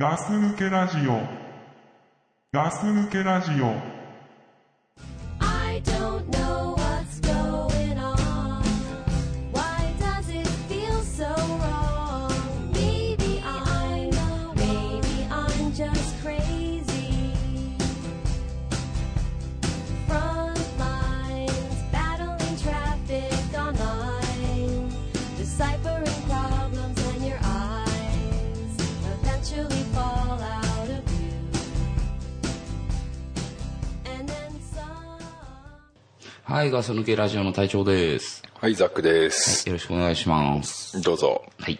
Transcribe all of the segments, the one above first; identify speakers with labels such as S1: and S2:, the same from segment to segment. S1: ガス抜けラジオ。ガス抜けラジオ。
S2: I don't know what's going on. Why does it feel so wrong? Maybe I'm maybe I'm just crazy. Front lines, battling traffic online, deciphering problems in your eyes, eventually fall out of view. And then some.
S3: はい、ガス抜けラジオの隊長です。
S4: はい、ザックです。
S3: よろしくお願いします。
S4: どうぞ。
S3: はい。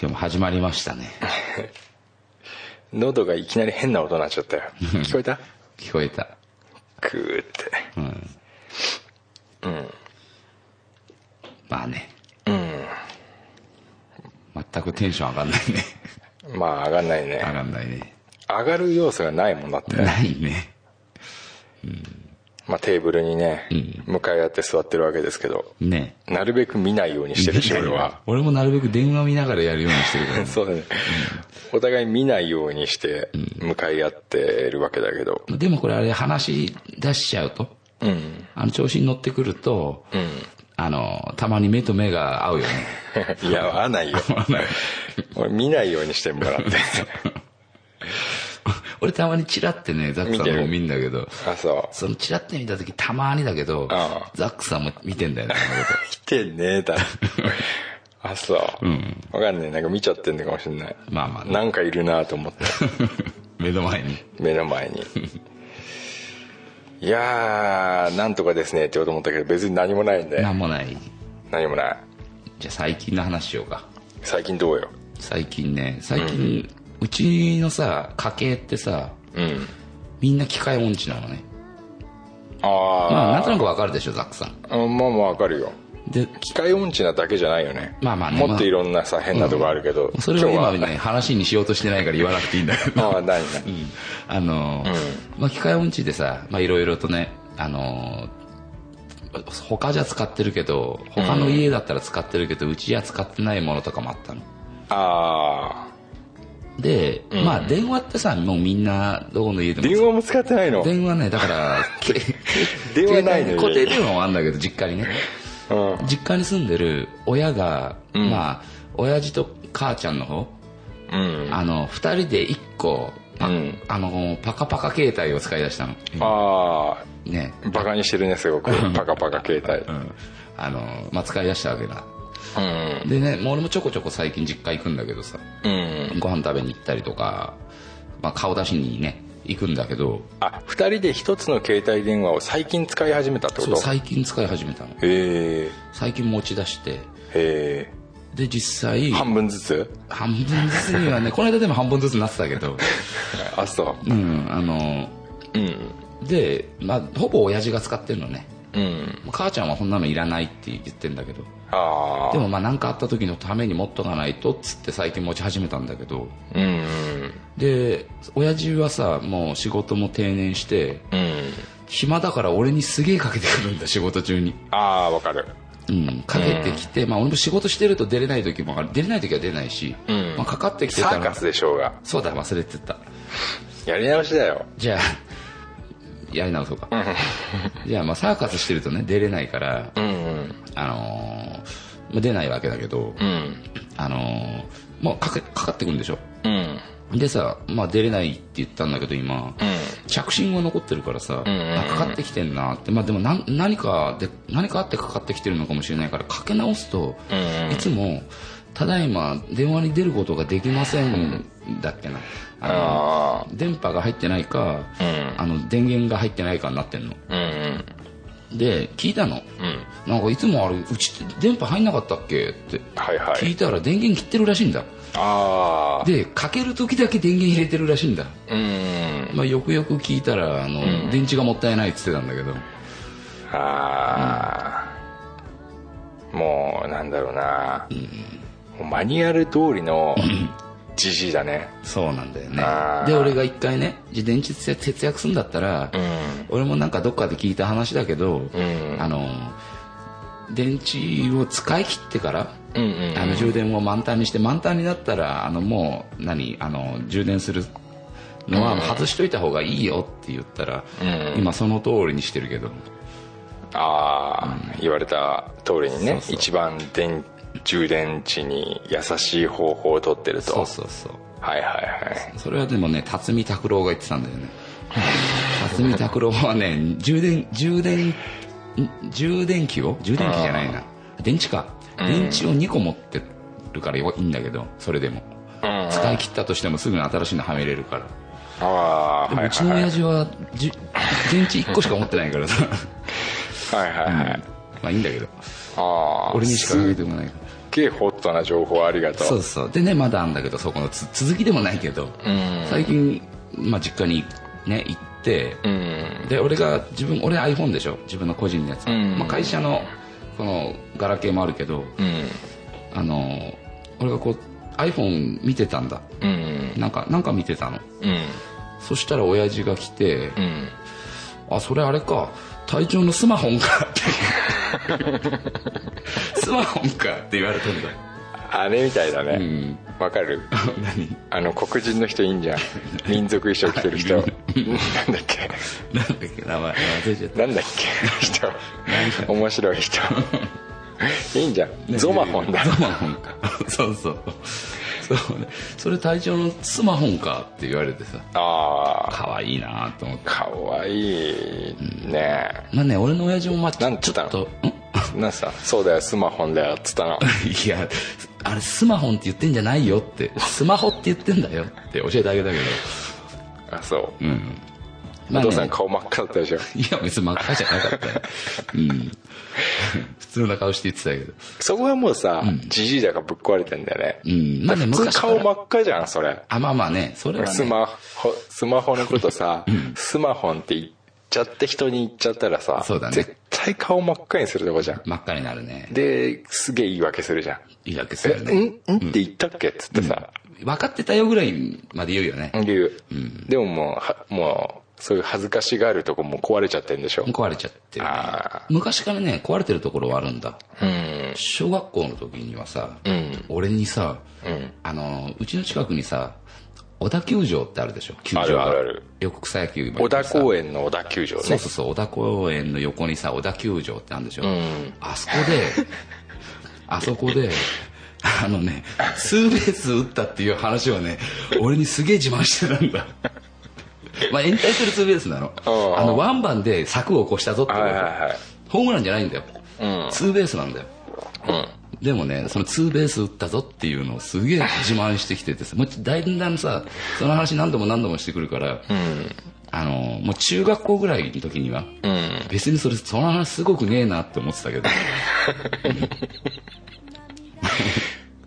S3: 今日も始まりましたね。
S4: 喉がいきなり変な音になっちゃったよ。聞こえた
S3: 聞こえた。
S4: クーって。
S3: まあね。うん。全くテンション上がんないね。
S4: まあ、上がんない
S3: 上
S4: ね。
S3: がんないね。
S4: 上がる要素がないもんだって。
S3: ないね。
S4: まあ、テーブルにね、向かい合って座ってるわけですけど、
S3: ね。
S4: なるべく見ないようにしてるし、俺は。
S3: 俺もなるべく電話見ながらやるようにしてるからね、
S4: そうだね。お互い見ないようにして、向かい合ってるわけだけど。
S3: でもこれあれ話し出しちゃうと、
S4: うん。
S3: あの調子に乗ってくると、あの、たまに目と目が合うよね。
S4: いや、合わないよ。俺見ないようにしてもら って。
S3: 俺たまにチラってね、ザックさんの方見んだけど、
S4: あ、そう。
S3: そのチラって見た時たまにだけど
S4: ああ、
S3: ザックさんも見てんだよね、
S4: 来てねえだろ。 あ、そう。
S3: うん
S4: わかんない。なんか見ちゃってんのかもしれない。
S3: まあまあね
S4: なんかいるな と思って、
S3: このこと目の前に。
S4: 目の前に。いやー、なんとかですねって言おうと思ったけど、別に何もないんで。
S3: なんもない。
S4: 何もない。
S3: じゃあ最近の話しようか。
S4: 最近どうよ。
S3: 最近ね、最近、うちのさ、家系ってさ、
S4: うん。
S3: みんな機械音痴なのね。まあ、なん
S4: あ
S3: となくわかるでしょ、ザックさん。
S4: ー、うんまあまあわかるよ。
S3: で、
S4: 機械音痴なだけじゃないよね。
S3: まあまあね
S4: もっといろんなさ、変なとこあるけど。
S3: それを今
S4: 今日
S3: ね、話にしようとしてないから言わなくていいんだけど。
S4: は。ああ、何
S3: あのー、まあ、機械音痴でさ、まあ、いろいろとね、あのー、他じゃ使ってるけど、他の家だったら使ってるけど、うちじゃ使ってないものとかもあったの。
S4: あ
S3: で、まあ、電話ってさ、もうみんな、どこの家で
S4: ー。
S3: も
S4: 電話も使ってないの
S3: 電話ね、だ から、け
S4: 電話ないのよ
S3: 携帯固定電話もあるんだけど、実家にね。
S4: うん。
S3: 実家に住んでる親が、まあ、親父と母ちゃんの方、
S4: うん。
S3: あの、二人で一個、パ
S4: うん
S3: あの、パカパカ携帯を使い出したの。
S4: あ
S3: ね。
S4: ー、バカにしてるね、すごく。パカパカ携帯。
S3: うん。あの、まあ、使い出したわけだ。
S4: うん。
S3: でね、もう俺もちょこちょこ最近実家行くんだけどさ、
S4: うん。
S3: ご飯食べに行ったりとか、まあ、顔出しにね、行くんだけど、
S4: あ、二人で一つの携帯電話を最近使い始めたってこ
S3: そう、
S4: と
S3: 最近使い始めたの。
S4: へえ。
S3: 最近持ち出して、
S4: へ
S3: で、実際
S4: え。、半分ずつ
S3: 半分ずつに はね、この間でも半分ずつになってたけど、
S4: あ、そう。
S3: うん、あの、
S4: うん。
S3: で、まあ、ほぼ親父が使ってるのね。
S4: うん。
S3: 母ちゃんはこんなのいらないって言ってんだけど、
S4: あ
S3: で
S4: あ。
S3: もまあ何かあった時のために持っとかないとっつって最近持ち始めたんだけど
S4: うん。
S3: で親父はさもう仕事も定年して
S4: うん。
S3: 暇だから俺にすげえかけてくるんだ仕事中に、
S4: ああ、わかる。
S3: うん、かけてきて、まあ俺も仕事してると出れない時もある出れない時は出ないし、
S4: ん
S3: まあ、かかってきて
S4: サ
S3: た
S4: ー
S3: ら
S4: カスでしょうが。
S3: そうだ忘れてた
S4: やり直しだよ。
S3: じゃあ やり直そうか じゃあまあサーカスしてるとね出れないから、
S4: うん。
S3: あのーまあ出ないわけだけど、
S4: うん。
S3: あのーまあかけかかってくるんでしょ
S4: うん。
S3: でさ、まあ、出れないって言ったんだけど今、着信が残ってるからさ、
S4: んうんうん
S3: あかかってきてんなって、まあ、でもなん何かで何かあってかかってきてるのかもしれないからかけ直すと、
S4: んうん
S3: いつも「ただいま電話に出ることができません」だっけなあの
S4: あ
S3: 電波が入ってないか、
S4: あ。うん。
S3: あの電源が入ってないかになってんの
S4: うん。
S3: で聞いたの
S4: うん。
S3: なんかいつもあれうちって電波入んなかったっけって
S4: はいは
S3: 聞
S4: い。
S3: いたら電源切ってるらしいんだ
S4: あ
S3: でかける時だけ電源入れてるらしいんだ
S4: あ。うん。
S3: まあ、よくよく聞いたらあの、電池がもったいないって言ってたんだけど
S4: ああ。もう、なんだろうな。もうマニュアル通りの、じじいだね。
S3: そうなんだよ
S4: あ
S3: ね
S4: ー
S3: で俺が一回ねじゃあ電池節約節約するんだったら、
S4: うん。
S3: 俺もなんかどっかで聞いた話だけど、
S4: ん
S3: あの電池を使い切ってから、
S4: うんうん
S3: あの充電を満タンにして満タンになったらあのもう何あの充電するのは外しといた方がいいよって言ったら、
S4: うん
S3: 今その通りにしてるけど
S4: ああ、言われた通りにね
S3: そうそう
S4: 一番電充電池に優しい方法を取ってると
S3: そうそうそう
S4: はいはいはい
S3: それはでもね辰巳拓郎が言ってたんだよね辰巳拓郎はね充電充電ん充電器を充電器じゃないな電池か電池を2個持ってるからいいんだけどそれでも使い切ったとしてもすぐに新しいのはめれるから
S4: ああ
S3: で
S4: は
S3: も
S4: いう
S3: ちの
S4: はいはい
S3: 親父はじゅ電池1個しか持ってないからさ
S4: はいはいはい
S3: まあいいんだけど
S4: ああ
S3: 俺にしか
S4: す
S3: あ
S4: っ
S3: げてもないから
S4: げえホットな情報ありがとう
S3: そうそうでねまだあんだけどそこのつ続きでもないけど、
S4: ん
S3: 最近、まあ、実家にね行って、
S4: うん
S3: で俺が自分俺 iPhone でしょ自分の個人のやつ、
S4: ん
S3: まあ、会社のこのガラケーもあるけど
S4: うん
S3: あの俺がこう iPhone 見てたんだ
S4: うん
S3: なんかなんか見てたの
S4: うん
S3: そしたら親父が来て、
S4: うん
S3: あそれあれか隊長のスマホン かってスマホンかって言われたんだ
S4: あれみたいだ
S3: う
S4: ね
S3: ん
S4: わ、かる
S3: 何
S4: あの黒人の人いいんじゃん民族衣装着て る人なんだっけ
S3: なんだっけ名前忘れちゃった
S4: なんだっけ人面白い人いいんじゃんゾマホンだ
S3: ゾマホンか そうそうそうねそれ隊長のスマホンかって言われてさ
S4: ああ
S3: 可愛いなと思って
S4: かわいいね
S3: まあね俺の親父もまあち
S4: なんつ
S3: ょ
S4: った
S3: っ
S4: の
S3: とん
S4: えなんさそうだよスマホンだよっつったの
S3: いやあれスマホンって言ってんじゃないよってスマホって言ってんだよって教えてあげたけど
S4: あそう、
S3: うん
S4: お父
S3: ま
S4: さ
S3: あね
S4: ん顔真っ赤だったでしょ
S3: いや、別に真っ赤じゃなかった よ。うん。普通の顔して言ってたけど。
S4: そこはもうさじじいだからぶっ壊れてんだよね、
S3: うん。まあね、
S4: 普
S3: 昔
S4: 通
S3: から
S4: 顔真っ赤じゃんそれ
S3: あ、まあまあね、それは、ね。
S4: スマホスマホのことさ、スマホンって言っちゃって人に言っちゃったらさ、
S3: そうだね
S4: 絶対顔真っ赤にするとこじゃん
S3: 真っ赤になるね。
S4: ですげえ言い訳するじゃん
S3: いいわけです
S4: え
S3: よね。
S4: んんって言ったっけっつってさ、
S3: 分かってたよぐらいまで言うよね。
S4: 理由でももうはもうそういう恥ずかしがあるとこもう壊れちゃってるんでしょ
S3: 壊れちゃってるね、
S4: あ
S3: 昔からね、壊れてるところはあるんだ。
S4: うん
S3: 小学校の時にはさ、
S4: ん
S3: 俺にさ、
S4: うん
S3: あの、うちの近くにさ、小田球場ってあるでしょ球場が
S4: あるあるある
S3: よく草野球
S4: 小田
S3: 園
S4: 公園の小田球場ね
S3: そうそうそう、小田公園の横にさ、小田球場ってあるんでしょ、
S4: ん
S3: あそこ で、あそこで、あのね、ツーベース打ったっていう話はね、俺にすげえ自慢してたん だ。まあ、延滞するツーベースなの
S4: う。ん
S3: あの、ワンバンで柵を越したぞってこと
S4: はいはいはい
S3: ホームランじゃないんだよ。ツーベースなんだよ。でもね、そのツーベース打ったぞっていうのをすげえ自慢してきててさ、もうだんだんさ、その話何度も何度もしてくるから、あの、もう中学校ぐらいの時には、別にそれ、その話すごくねえなって思ってたけど、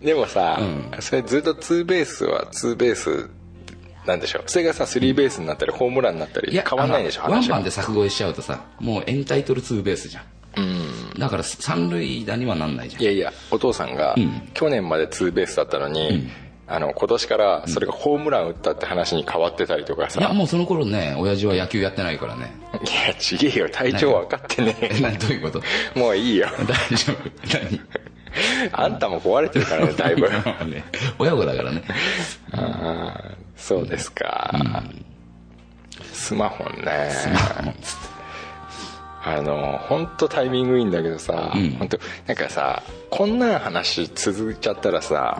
S4: でもさ、それずっとツーベースはツーベースなんでしょうそれがさスリーベースになったりホームランになったり変 わんないでしょ
S3: あのワン
S4: 話
S3: バ
S4: は
S3: ンで作越えしちゃうとさ、もうエンタイトルツーベースじゃん。だから三塁打にはなんないじゃん
S4: い。やいやお父さんが去年までツーベースだったのに、あの今年からそれがホームラン打ったって話に変わってたりとかさ、
S3: いや、もうその頃ね、親父は野球やってないからね。
S4: いやちげえよ体調分かってねえ
S3: え、何どういうこと
S4: よもういいよ
S3: 大丈夫何
S4: あんたも壊れてるからねだいぶ
S3: ね親子だからね。
S4: あーそうですか、スマホねあの本当タイミングいいんだけどさ、本当なんかさこんな話続いちゃったらさ、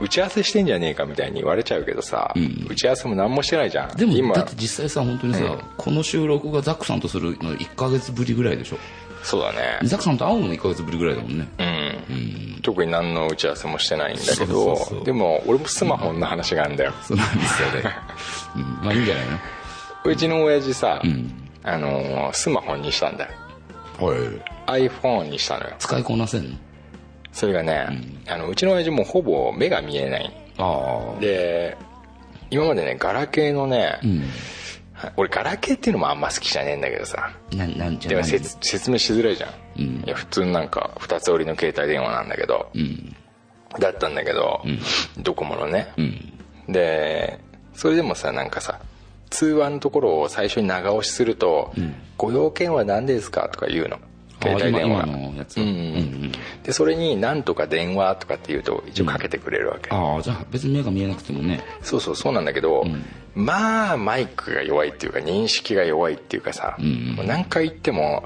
S4: 打ち合わせしてんじゃねえかみたいに言われちゃうけどさ、打ち合わせも何もしてないじゃん
S3: でも、
S4: 今
S3: だって実際さ、本当にさ、この収録がザックさんとするの1ヶ月ぶりぐらいでしょ。
S4: そうだね
S3: ザックさんと会うのも1ヶ月ぶりぐらいだも んね。
S4: うん、特に何の打ち合わせもしてないんだけど
S3: そうそうそう
S4: でも俺もスマホの話があるんだよ、
S3: そうなんですよね。うん、まあいいんじゃないう
S4: ちの親父さ、あのースマホにしたんだよ
S3: のはい。
S4: iPhone にしたのよ
S3: 使いこなせんの
S4: それがね、あのうちの親父もほぼ目が見えない
S3: ああ。
S4: で今までねガラケーのね、俺ガラケーっていうのもあんま好きじゃねえんだけどさ
S3: な、なんじゃ
S4: で
S3: な
S4: も
S3: い
S4: 説説明しづらいじゃん、いや普通なんか二つ折りの携帯電話なんだけど、だったんだけど、ドコモのね、でそれでもさなんかさ通話のところを最初に長押しすると「ご用件は何ですか?」とか言うの
S3: あ
S4: 携帯電
S3: あ
S4: 話
S3: 今今のやつ、
S4: うんうん
S3: うん
S4: でそれになんとか電話とかって言うと一応かけてくれるわけ、
S3: ああじゃあ別に目が見えなくてもね
S4: そうそうそうなんだけど、まあマイクが弱いっていうか認識が弱いっていうかさ、
S3: ん
S4: もう何回言っても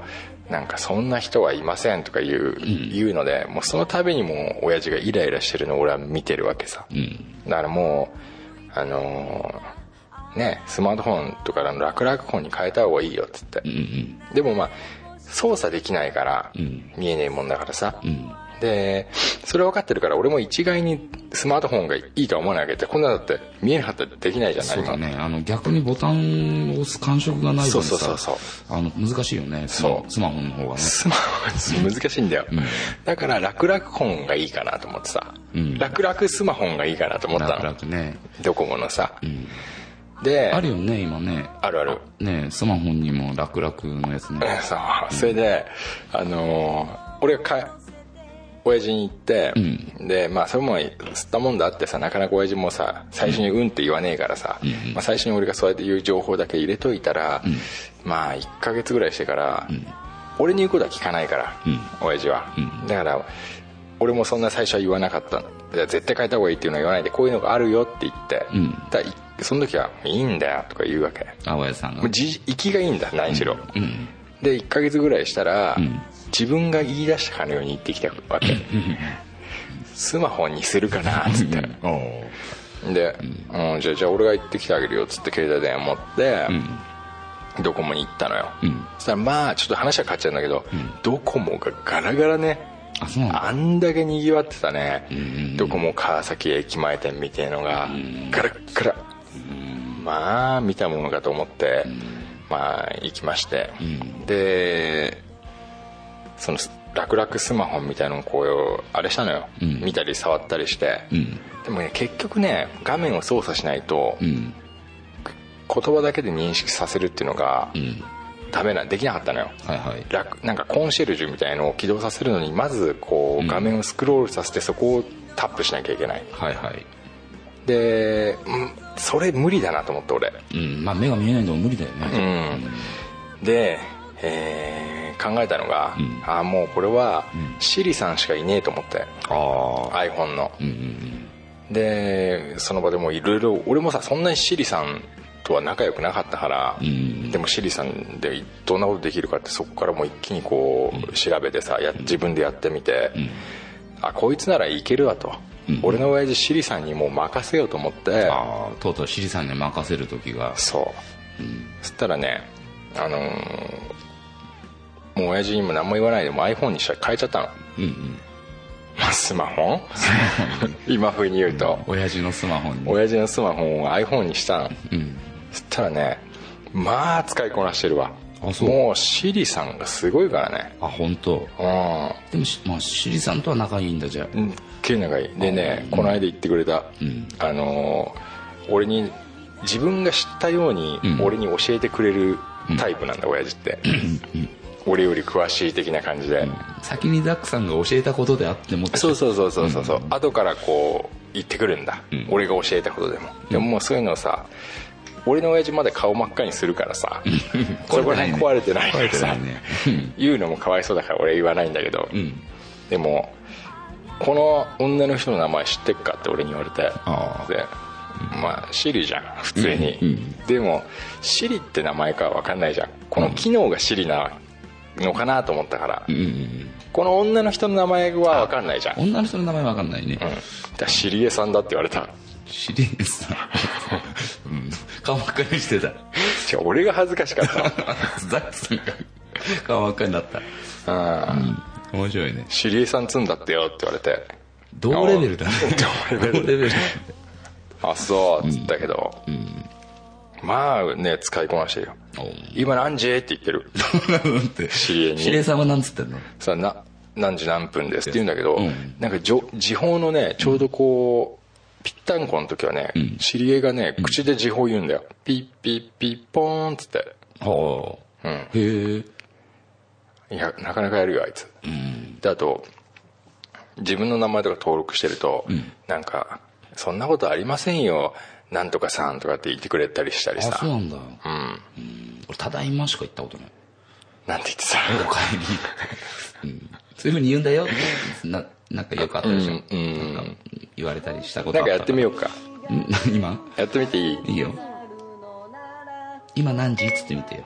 S4: なんかそんな人はいませんとか言う,、言うのでもうその度にもう親父がイライラしてるのを俺は見てるわけさ、
S3: うん
S4: だからもうあのーねスマートフォンとかの楽々本に変えた方がいいよっつって、
S3: うんうん
S4: でもまあ操作できないから、
S3: ん
S4: 見えねえもんだからさ、
S3: ん
S4: でそれ分かってるから俺も一概にスマートフォンがいいとは思わないわけどこんなのだって見えなかったらできないじゃない
S3: そうだねあの逆にボタンを押す感触がない分
S4: そうそうそう
S3: さ
S4: そう
S3: あの難しいよねスマ
S4: そう
S3: スマホの方がね
S4: スマホ難しいんだよ、だから楽々本がいいかなと思ってさ、
S3: うん
S4: 楽々スマホがいいかなと思った
S3: 楽
S4: の
S3: 々ね、
S4: ドコモのさ、
S3: うん、
S4: で
S3: あるよね今ね
S4: あるある
S3: ねスマホにも楽々のやつね
S4: そうそれで、あのー俺がか親父に行って、でまあそれも吸ったもんだってさなかなか親父もさ最初に「うん」って言わねえからさ、まあ、最初に俺がそうやって言う情報だけ入れといたら、まあ1ヶ月ぐらいしてから、俺に言うことは聞かないから、親父は、だから俺もそんな最初は言わなかったいや絶対変えた方がいいっていうのは言わないでこういうのがあるよって言って、
S3: うん
S4: だからいその時は「いいんだよ」とか言うわけ
S3: 青谷さんが
S4: もうじ息がいいんだ何しろ、
S3: うん
S4: で1ヶ月ぐらいしたら、
S3: ん
S4: 自分が言い出したかのように言ってきたわけスマホにするかなっつって
S1: おー
S4: で、うん、じゃあじゃあ俺が行ってきてあげるよっつって携帯電話持って、ドコモに行ったのよ、
S3: うん
S4: そしたらまあちょっと話は変わっちゃうんだけど、ドコモがガラガラね
S3: あそうなんだ
S4: あんだけにぎわってたね、
S3: ん
S4: ドコモ川崎駅前店みたいのがガラッガラまあ見たものかと思って、まあ行きまして、でその楽々スマホみたいなのをこうあれしたのよ、
S3: ん
S4: 見たり触ったりして、
S3: うん
S4: でもね結局ね画面を操作しないと、
S3: うん
S4: 言葉だけで認識させるっていうのが、
S3: うん
S4: ダメなできなかったのよ
S3: はいはい
S4: 楽なんかコンシェルジュみたいのを起動させるのにまずこう画面をスクロールさせてそこをタップしなきゃいけない
S3: はいはい
S4: で、うん、それ無理だなと思って俺
S3: うんまあ目が見えないのも無理だよ
S4: う
S3: ね
S4: んで、えー考えたのが、
S3: ん
S4: ああもうこれはシリさんしかいねえと思って
S3: ああ
S4: iPhone の
S3: うんうん
S4: でその場でもいろいろ俺もさそんなにシリさんとは仲良くなかったから、
S3: ん
S4: でもシリさんでどんなことできるかってそこからもう一気にこう調べてさや自分でやってみて、あこいつならいけるわと、俺の親父シリさんにもう任せようと思って
S3: ああとうとうシリさんに任せる時が
S4: そう、そしたらねあのーもう親父にも何も言わないでもう iPhone にしたら変えちゃったの
S3: うんうん
S4: まあスマホン 今風に言うと、
S3: 親父のスマホに
S4: 親父のスマホを iPhone にしたの
S3: うん
S4: そしたらねまあ使いこなしてるわ
S3: あそう
S4: もうシリさんがすごいからね
S3: あ本当。
S4: う
S3: でもし、まあ、シリさんとは仲いいんだじゃあ
S4: んうんけながいいでねこの間言ってくれた、
S3: ん
S4: あのー俺に自分が知ったように
S3: ん
S4: 俺に教えてくれるタイプなんだ、親父って、俺より詳しい的な感じで、
S3: 先にザックさんが教えたことであってもって
S4: そうそうそうそうそうそう、後からこう言ってくるんだ、俺が教えたことでもでももうそういうのさ俺の親父まで顔真っ赤にするからさ、そこら 辺壊れてないからさ、
S3: 壊れてないね
S4: 言うのもかわいそうだから俺言わないんだけど、
S3: うん
S4: でもこの女の人の名前知ってっかって俺に言われて
S3: ああ
S4: でまあシリじゃん普通に、
S3: うんう
S4: でもシリって名前かは分かんないじゃんこの機能がシリなのかなと思ったから、
S3: うんうんうん
S4: この女の人の名前は分かんないじゃん
S3: 女の人の名前わかんないね、
S4: うん、だから知り江さんだって言われた
S3: シリさん、 うん、顔真っ赤にしてた
S4: 違う俺が恥ずかしかっ
S3: ザックさんが顔真っ赤になった
S4: た、うん、
S3: 面白いね
S4: 知り江さん積んだってよって言われて
S3: 同レベルだね
S4: 同レベル
S3: 同レベル
S4: あそうっつったけど、まあね使いこなしてるよ今何時って言ってる
S3: なんて
S4: 知り江に
S3: シリさんはなんつってんの
S4: さあな何時何分ですって言うんだけど、
S3: うん
S4: なんかじょ時報のねちょうどこう、ぴったんこの時はね、知り江がね口で時報言うんだよ、ピッピッピッポーンっつって
S3: はあ、
S4: うん
S3: へえ
S4: いやなかなかやるよあいつ、であと自分の名前とか登録してると、なんか「そんなことありませんよなんとかさん」とかって言ってくれたりしたり
S3: あ
S4: さ
S3: そうなんだ
S4: うん
S3: 俺「ただいま」しか言ったことない
S4: なんて言ってさ
S3: おかえり、 うん、そういうふうに言うんだよってななんかよくあったでしょ、
S4: うんうん
S3: なんか言われたりしたこと
S4: な
S3: あっ
S4: んか
S3: た
S4: やってみようか
S3: う今
S4: やってみていい
S3: いいよ今何時っつってみてよ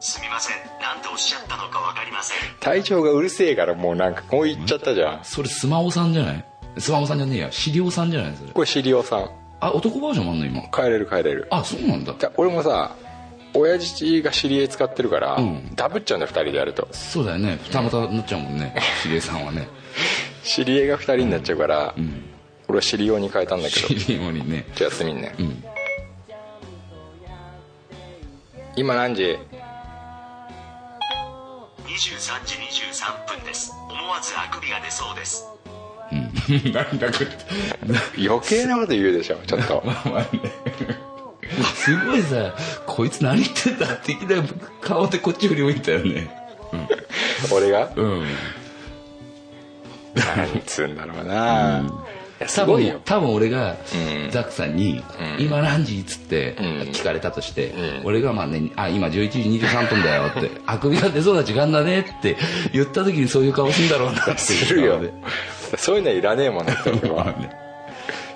S5: すみません何とおっしゃったのか分かりません
S4: 体調がうるせえからもうなんかこう言っちゃったじゃん
S3: それスマホさんじゃないスマホさんじゃねえや資料さんじゃないそれ
S4: これシリオさん
S3: あ男バージョンもあんの今
S4: 帰れる帰れる
S3: あそうなんだ
S4: だ俺もさ親父が知り合い使ってるから、
S3: うん
S4: ダブっちゃうんだよ2人でやると
S3: そうだよね二股になっちゃうもんね知りえさんはね
S4: 知り合いが2人になっちゃうから、俺は知りように変えたんだけど
S3: 知
S4: ちょ
S3: りえもにね
S4: っとやってみんね、
S3: ん
S4: 今何時
S5: 23時23分です思わずあくびが出そうです
S3: うんなんだこれ
S4: 余計なこと言うでしょちょ っと
S3: すごいさこいつ何言ってんだっていきなり顔でこっち振り向いたよね
S4: 俺が
S3: うん
S4: 何つうんだろうな、いやす
S3: 多
S4: ごいよ
S3: 分多分俺が
S4: うん
S3: ザックさんに「今何時?」っつって
S4: ん
S3: 聞かれたとして
S4: うん
S3: 俺がまあ、ね「あ今11時23分だよ」って「あくびが出そうな時間だね」って言った時にそういう顔するんだろうなっていう
S4: するよ
S3: 顔で
S4: そういうのいらねえもんだって俺
S3: ま
S4: は
S3: あね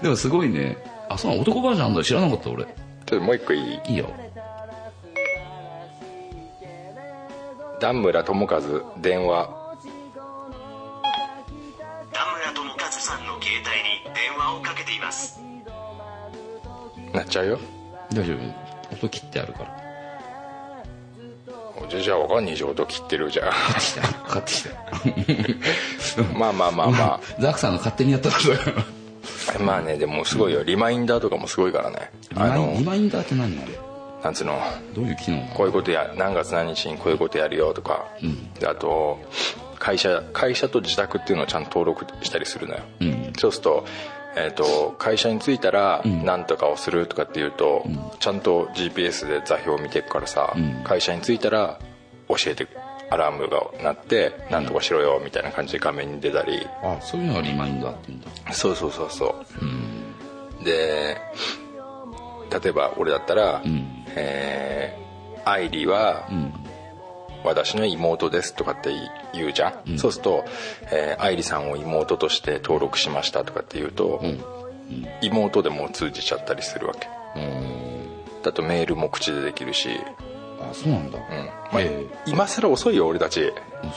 S3: でもすごいねあそうなの男バージョンあんだ知らなかった俺
S4: ちょっともう一個いい
S3: いいよ
S4: 段村智和電話
S5: 田村智和さんの携帯に電話をかけています
S4: なっちゃうよ
S3: 大丈夫音切ってあるから
S4: じゃじゃあわかんねえじゃん音切ってるじゃん
S3: 来たかかってきた
S4: まあまあまあま
S3: ザックさんが勝手にやったことだから
S4: あまあねでもすごいよリマインダーとかもすごいからね
S3: リ
S4: あ
S3: マイン
S4: の
S3: リマインダーって何なの
S4: なんつうの
S3: どういう機能なの
S4: こういうことや何月何日にこういうことやるよとか、であと会社会社と自宅っていうのをちゃんと登録したりするのよ、
S3: ん
S4: そうすると,、えー、と会社に着いたら何とかをするとかっていうと、ちゃんと GPS で座標を見ていくからさ、会社に着いたら教えてアラームが鳴って何とかしろよみたいな感じで画面に出たり、
S3: あそういうのがリマインダーって言うんだ
S4: そうそうそうそうで例えば俺だったら「
S3: ん
S4: えー愛理は
S3: ん
S4: 私の妹です」とかって言うじゃん、そうすると「えー愛理さんを妹として登録しました」とかって言うと、妹でもう通じちゃったりするわけだとメールも口でできるし、
S3: あそうなんだ
S4: うん
S3: え
S4: まあ
S3: え
S4: 今更遅いよ俺たち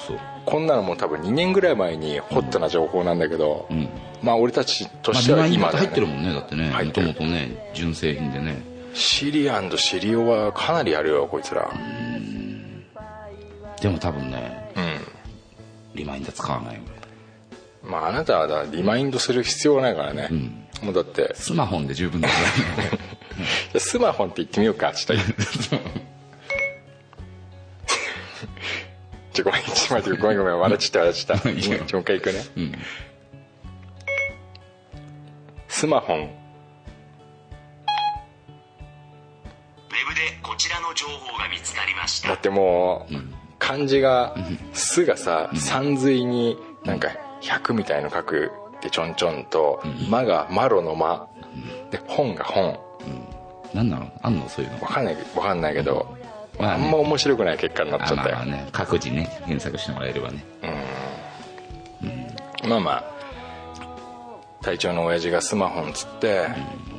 S3: そう
S4: こんなのもう多分2年ぐらい前にホットな情報なんだけど、
S3: ん
S4: まあ俺たちと
S3: まあ
S4: して
S3: リ
S4: は
S3: マイン
S4: 今
S3: ダー
S4: だ
S3: っ
S4: よ
S3: て入って
S4: ね
S3: るもんねだってね
S4: 入っ
S3: も
S4: て
S3: と
S4: る
S3: もとね純正品でね
S4: シリアンとシリオはかなりやるよこいつら
S3: でも多分ね
S4: うん、
S3: リマインダー使わないよ俺
S4: まああなたはだリマインドする必要はないからね、もうだって
S3: スマホンで十分だ からね
S4: じゃあスマホンって言ってみようかちょっと ちょごめんちょっと待ってごめんごめん笑っちゃった笑っちゃったも う
S3: い
S4: ち
S3: いよ
S4: ょもう一回いくね、スマホン
S5: ウェブでこちらの情報が見つかりまし
S4: だ
S5: た
S4: ってもう漢字が「す」がさ三髄になんか100みたいの書くでちょんちょんと「ま」が「マロの間」で「本」が「本」
S3: 何なのあんのそういうの
S4: わかんないわかんないけど、
S3: ま
S4: あ
S3: あ
S4: ん
S3: ね
S4: ま面白くない結果になっち
S3: あ
S4: ゃっ
S3: まあ
S4: たよ
S3: まあね各自ね検索してもらえればね
S4: まあまあ隊長の親父がスマホンつって、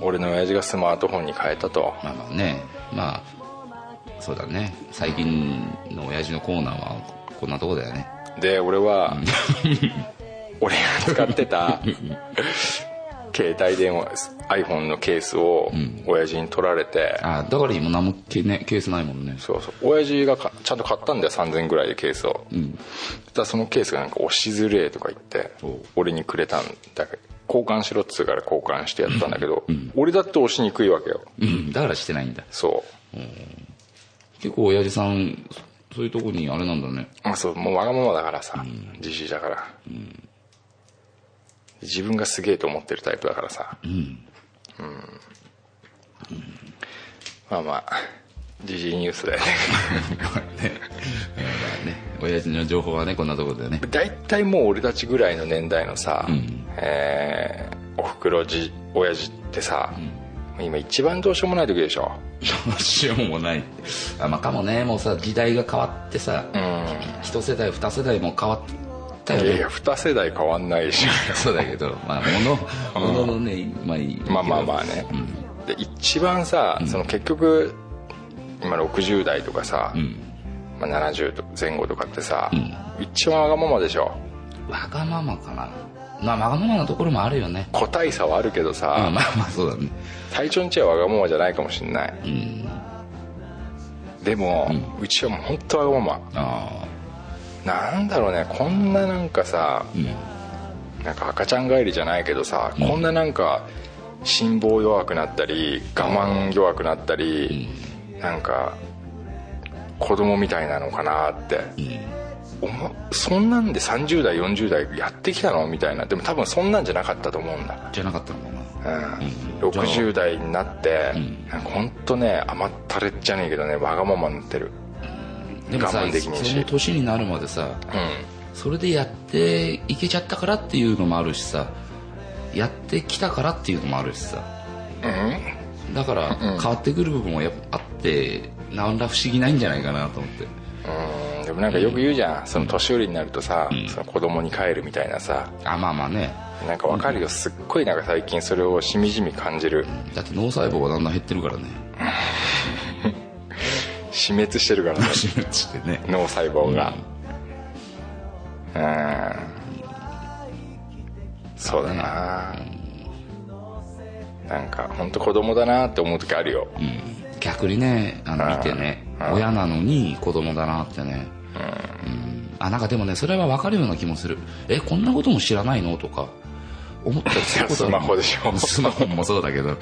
S4: 俺の親父がスマートフォンに変えたと
S3: まあまあねまあそうだね最近の親父のコーナーはこんなとこだよね
S4: で俺は俺が使っ てた携帯電話 iPhone のケースを親父に取られて、
S3: あだから今何もケ,、ね、ケースないもんね
S4: そうそう親父がかちゃんと買ったんだよ3000円ぐらいでケースを、だからそのケースがなんか押しづれえとか言って
S3: お
S4: 俺にくれたんだけど交換しろっつうから交換してやったんだけど、俺だって押しにくいわけよ
S3: うんだからしてないんだ
S4: そう
S3: 結構親父さんそそういうとこにあれなんだね
S4: あそうもうわがままだからさじじいだから、自分がすげえと思ってるタイプだからさうん、まあまあじじいニュースだよね
S3: 親父の情報はねこんなとこだよね
S4: 大体もう俺たちぐらいの年代のさ、えーおふくろじ親父ってさ、今一番どうしようもない時でしょ
S3: どうしようもないあまあかもねもうさ時代が変わってさ、一世代二世代も変わったよ
S4: いやい
S3: ね
S4: や2世代変わんないでしょ
S3: そうだけどまあものもののね、まあいい
S4: まあまあまあね、で一番さその結局今60代とかさ、まあ、70と前後とかってさ、一番わがままでしょ
S3: わがままかなまあわがままなところもあるよね
S4: 個体差はあるけど
S3: うん
S4: さ、
S3: まあまあそうだね
S4: 体調にちはわがままじゃないかもしんない、でも、うちはもう本当わがまま
S3: あ
S4: なんだろうねこんななんかさ、なんか赤ちゃん帰りじゃないけどさ、こんななんか辛抱弱くなったり我慢弱くなったり、なんか子供みたいなのかなって、おまそんなんで30代40代やってきたのみたいなでも多分そんなんじゃなかったと思うんだ
S3: あじゃなかったのかな
S4: うん、60代になって、なんか本当ね甘ったれじゃねえけどねわがままになってる
S3: でもさ
S4: 我慢できねえし
S3: その年になるまでさ
S4: う
S3: それでやっていけちゃったからっていうのもあるしさやってきたからっていうのもあるしさ
S4: んうん
S3: だから変わってくる部分はやっぱあってなんら不思議ないんじゃないかなと思って
S4: うんでもなんかよく言うじゃん、その年寄りになるとさ、その子供に帰るみたいなさ
S3: あまあまあね
S4: なんかわかるよ、すっごいなんか最近それをしみじみ感じる
S3: だって脳細胞がだんだん減ってるからね
S4: 死滅してるからね
S3: 死滅してね
S4: 脳細胞がうん、そうだな、なんか本当子供だなって思う時あるよ、
S3: 逆にねあの見てね親なのに子供だなってねうんあなんかでもねそれは分かるような気もするえこんなことも知らないのとか思ったりすることある
S4: いやスマホでしょ
S3: スマホもそうだけど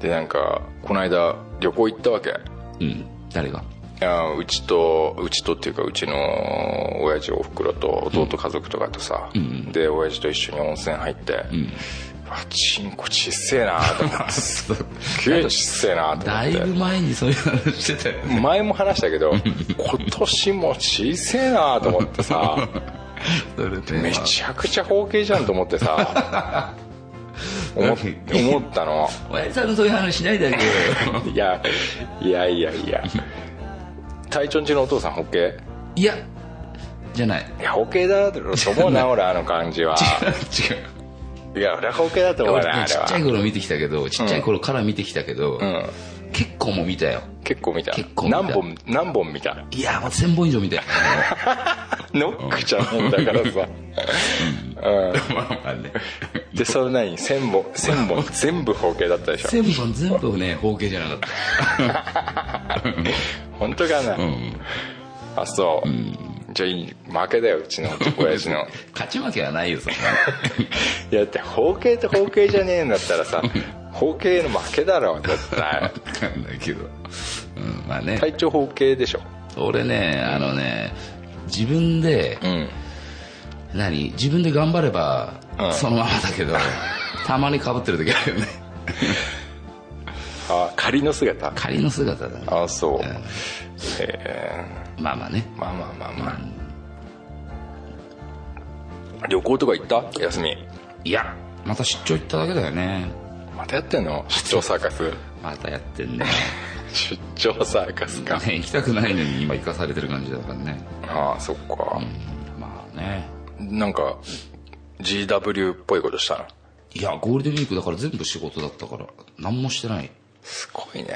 S4: でなんかこの間旅行行ったわけ
S3: うん誰が
S4: いやうちとうちとっていうかうちの親父おふくろと弟家族とかとさ、で親父と一緒に温泉入って、うわチンコちっせえなと思って すっげえちっせえなと
S3: だいぶ
S4: 思っ
S3: 前にそういう話してたよね
S4: て前も話したけど今年もちっせえなと思って さ
S3: それで
S4: めちゃくちゃ包茎じゃんと思ってさ 思っ思ったの
S3: 親父さんのそういう話しないだけ ど
S4: いやいやいやい や隊長んちのお父さん包茎
S3: いやじゃない
S4: いや、ホケだろうと思うな、俺、あの感じは。
S3: 違う
S4: いや、俺はホケだと思う
S3: 俺
S4: な、あ
S3: ね
S4: れ
S3: ちっちゃい
S4: は。
S3: 頃見てきたけどちっちゃい頃から見てきたけど、
S4: ん
S3: 結構もう見たよ
S4: 結構見た
S3: 結。構見た
S4: 何本、何本見た。
S3: いやもう1000本以上見た よ
S4: ノックちゃうんだからさ。
S3: まあまあね
S4: で、その何、千本、千本、全部ホケだったでしょ。
S3: 1000本全部ね包茎じゃなかっ
S4: 本当かな
S3: た、うん、
S4: あ、そう。じゃあいい、負けだよ、うちの親父の。
S3: 勝ち負けはないよそんない
S4: や、だって、ホケとホケじゃねえんだったらさ、ホケの負けだろ、絶 対。
S3: 分かんないけど、うん、まあね
S4: 体調ホケでしょ。
S3: 俺ねあのね自分で
S4: うん。
S3: 何自分で頑張れば、
S4: うん
S3: そのままだ けどたまにかぶってる時あるよね
S4: あ、仮の姿。
S3: 仮の姿だね
S4: あ、そう。えー。
S3: まあまあね
S4: まあまあまあまあ、旅行とか行った休み
S3: いやまた出張行っただけだよね
S4: またやってんの出張サーカス
S3: またやってんね
S4: 出張サーカスか
S3: ね行きたくないのに今行かされてる感じだからね
S4: ああそっか
S3: まあね
S4: なんか GW っぽいことしたの
S3: いやゴールデンウィークだから全部仕事だったから何もしてない
S4: すごいね、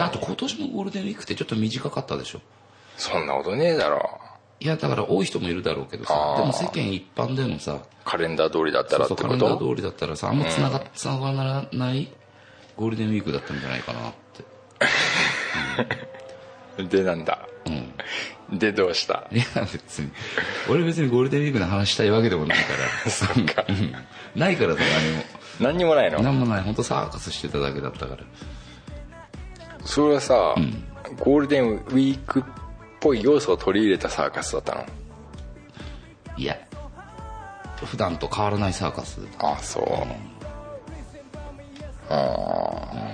S3: あと今年のゴールデンウィークってちょっと短かったでしょ
S4: そんなことねえだろ
S3: いやだから多い人もいるだろうけど
S4: あ
S3: さ
S4: ー
S3: でも世間一般でのさ
S4: カレンダー通りだった
S3: そ
S4: ら
S3: う
S4: って
S3: そう
S4: こ
S3: カ
S4: と
S3: レンダー通りだったらさあんまつなが,、つながらないゴールデンウィークだったんじゃないかなって
S4: でなんだ、でどうした
S3: いや別に俺別にゴールデンウィークの話したいわけでもないから
S4: そっか
S3: うんないからさ
S4: 何にもない
S3: 何も
S4: の
S3: 何もない本当サーカスしてただけだったから
S4: それはさ、ゴールデンウィークっぽい要素を取り入れたサーカスだったの
S3: いや普段と変わらないサーカス
S4: ああそう、
S3: ま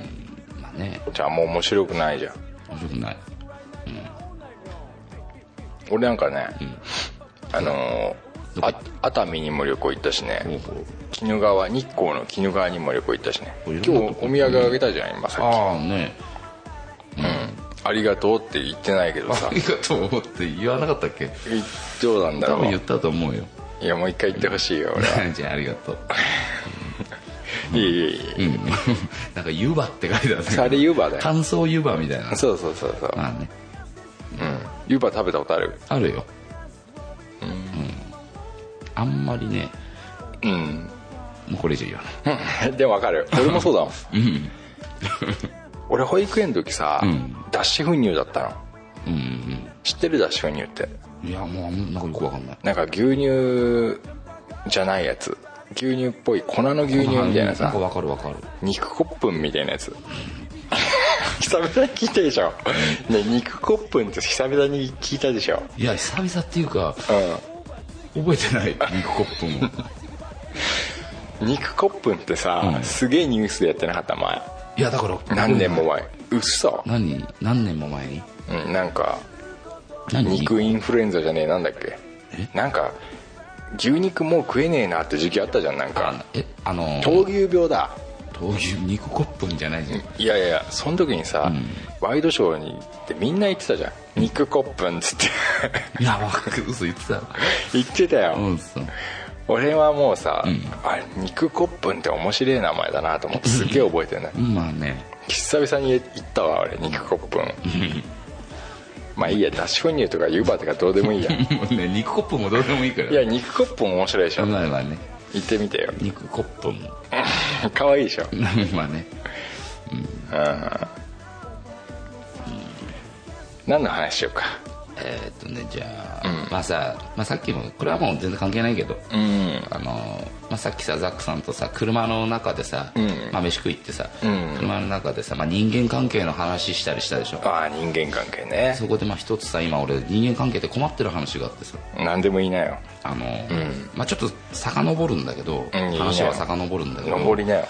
S3: あね
S4: じゃあもう面白くないじゃん
S3: 面白くない
S4: 俺なんかね、あのー
S3: どこ行
S4: あ
S3: った
S4: 熱海にも旅行行ったし
S3: ほう
S4: ね
S3: ほう
S4: 鬼怒川日光の鬼怒川にも旅行行ったしね
S3: おいろん
S4: 今日
S3: な
S4: お
S3: とこ
S4: 土産あげたじゃん今さっき
S3: ああね
S4: ありがとうって言ってないけど
S3: あ
S4: さ
S3: りがとうって言わなかったっけ
S4: いどうなんだ
S3: 多
S4: ろ
S3: 分言っ
S4: う
S3: たと思うよ
S4: いやもう一回言ってほしいよ俺は
S3: じゃあありがとう
S4: いいいいいい
S3: うんなんか湯葉って書いてあるね
S4: あれ湯葉だよ
S3: 乾燥湯葉みたいな
S4: そうそうそうそう
S3: まあね
S4: うん湯葉食べたことある
S3: あるようんあんまりね
S4: うん
S3: もうこれ以上言わない
S4: でもわかる俺もそうだもん
S3: うん
S4: 俺保育園の時さ
S3: うん
S4: 脱脂粉乳だったの
S3: うん
S4: 知ってる脱脂粉乳って
S3: うんいやもうあんなんかよくわかんない
S4: なんか牛乳じゃないやつ牛乳っぽい粉の牛乳みたいな
S3: なん
S4: さ
S3: かわかるわかる
S4: 肉コップンみたいなやつ久々に聞いたでしょ、ね、肉コップンって久々に聞いたでしょ
S3: いや久々っていうか
S4: う
S3: 覚えてない肉コップも
S4: ん肉コップンってさ、
S3: うん
S4: すげえニュースでやってなかった前
S3: いやだから
S4: 何年も前嘘
S3: 何何年も前に
S4: うんなんか
S3: 何
S4: 肉インフルエンザじゃねえなんだっけなんか牛肉もう食えねえなって時期あったじゃんなんか
S3: あえあのー
S4: 闘牛病だ
S3: 闘牛肉コップンじゃないじゃん
S4: いやいやいやその時にさ、
S3: うん
S4: ワイドショーに行ってみんな言ってたじゃん肉コップンっつって
S3: いやわかる嘘言ってた
S4: 言ってたよ、
S3: うんそう
S4: 俺はもうさ、
S3: ん
S4: あれ肉コップンって面白い名前だなと思ってすっげえ覚えてない
S3: まあね
S4: 久々に行ったわ俺肉コップンまあいいや脱脂粉乳とか湯葉とかどうでもいいやい
S3: もうね肉コップンもどうでもいいから
S4: や肉コップン面白いでしょ
S3: まあまあね
S4: 行ってみてよ
S3: 肉コップン
S4: 可愛いでしょ
S3: まあね
S4: 何の話しようか
S3: えーっとねじゃあ、まあさ、まあ、さっきもこれはもう全然関係ないけど、
S4: うん
S3: あのまあ、さっきさザックさんとさ車の中でさ、
S4: ん
S3: まあ、飯食いってさ、
S4: うん
S3: 車の中でさ、まあ、人間関係の話したりしたでしょ
S4: ああ人間関係ね
S3: そこでまあ一つさ今俺人間関係で困ってる話があってさ
S4: 何でもいいなよ
S3: あの、
S4: ん
S3: まあ、ちょっと遡るんだけど、
S4: うんいいね
S3: 話は遡るんだけど
S4: 登りなよ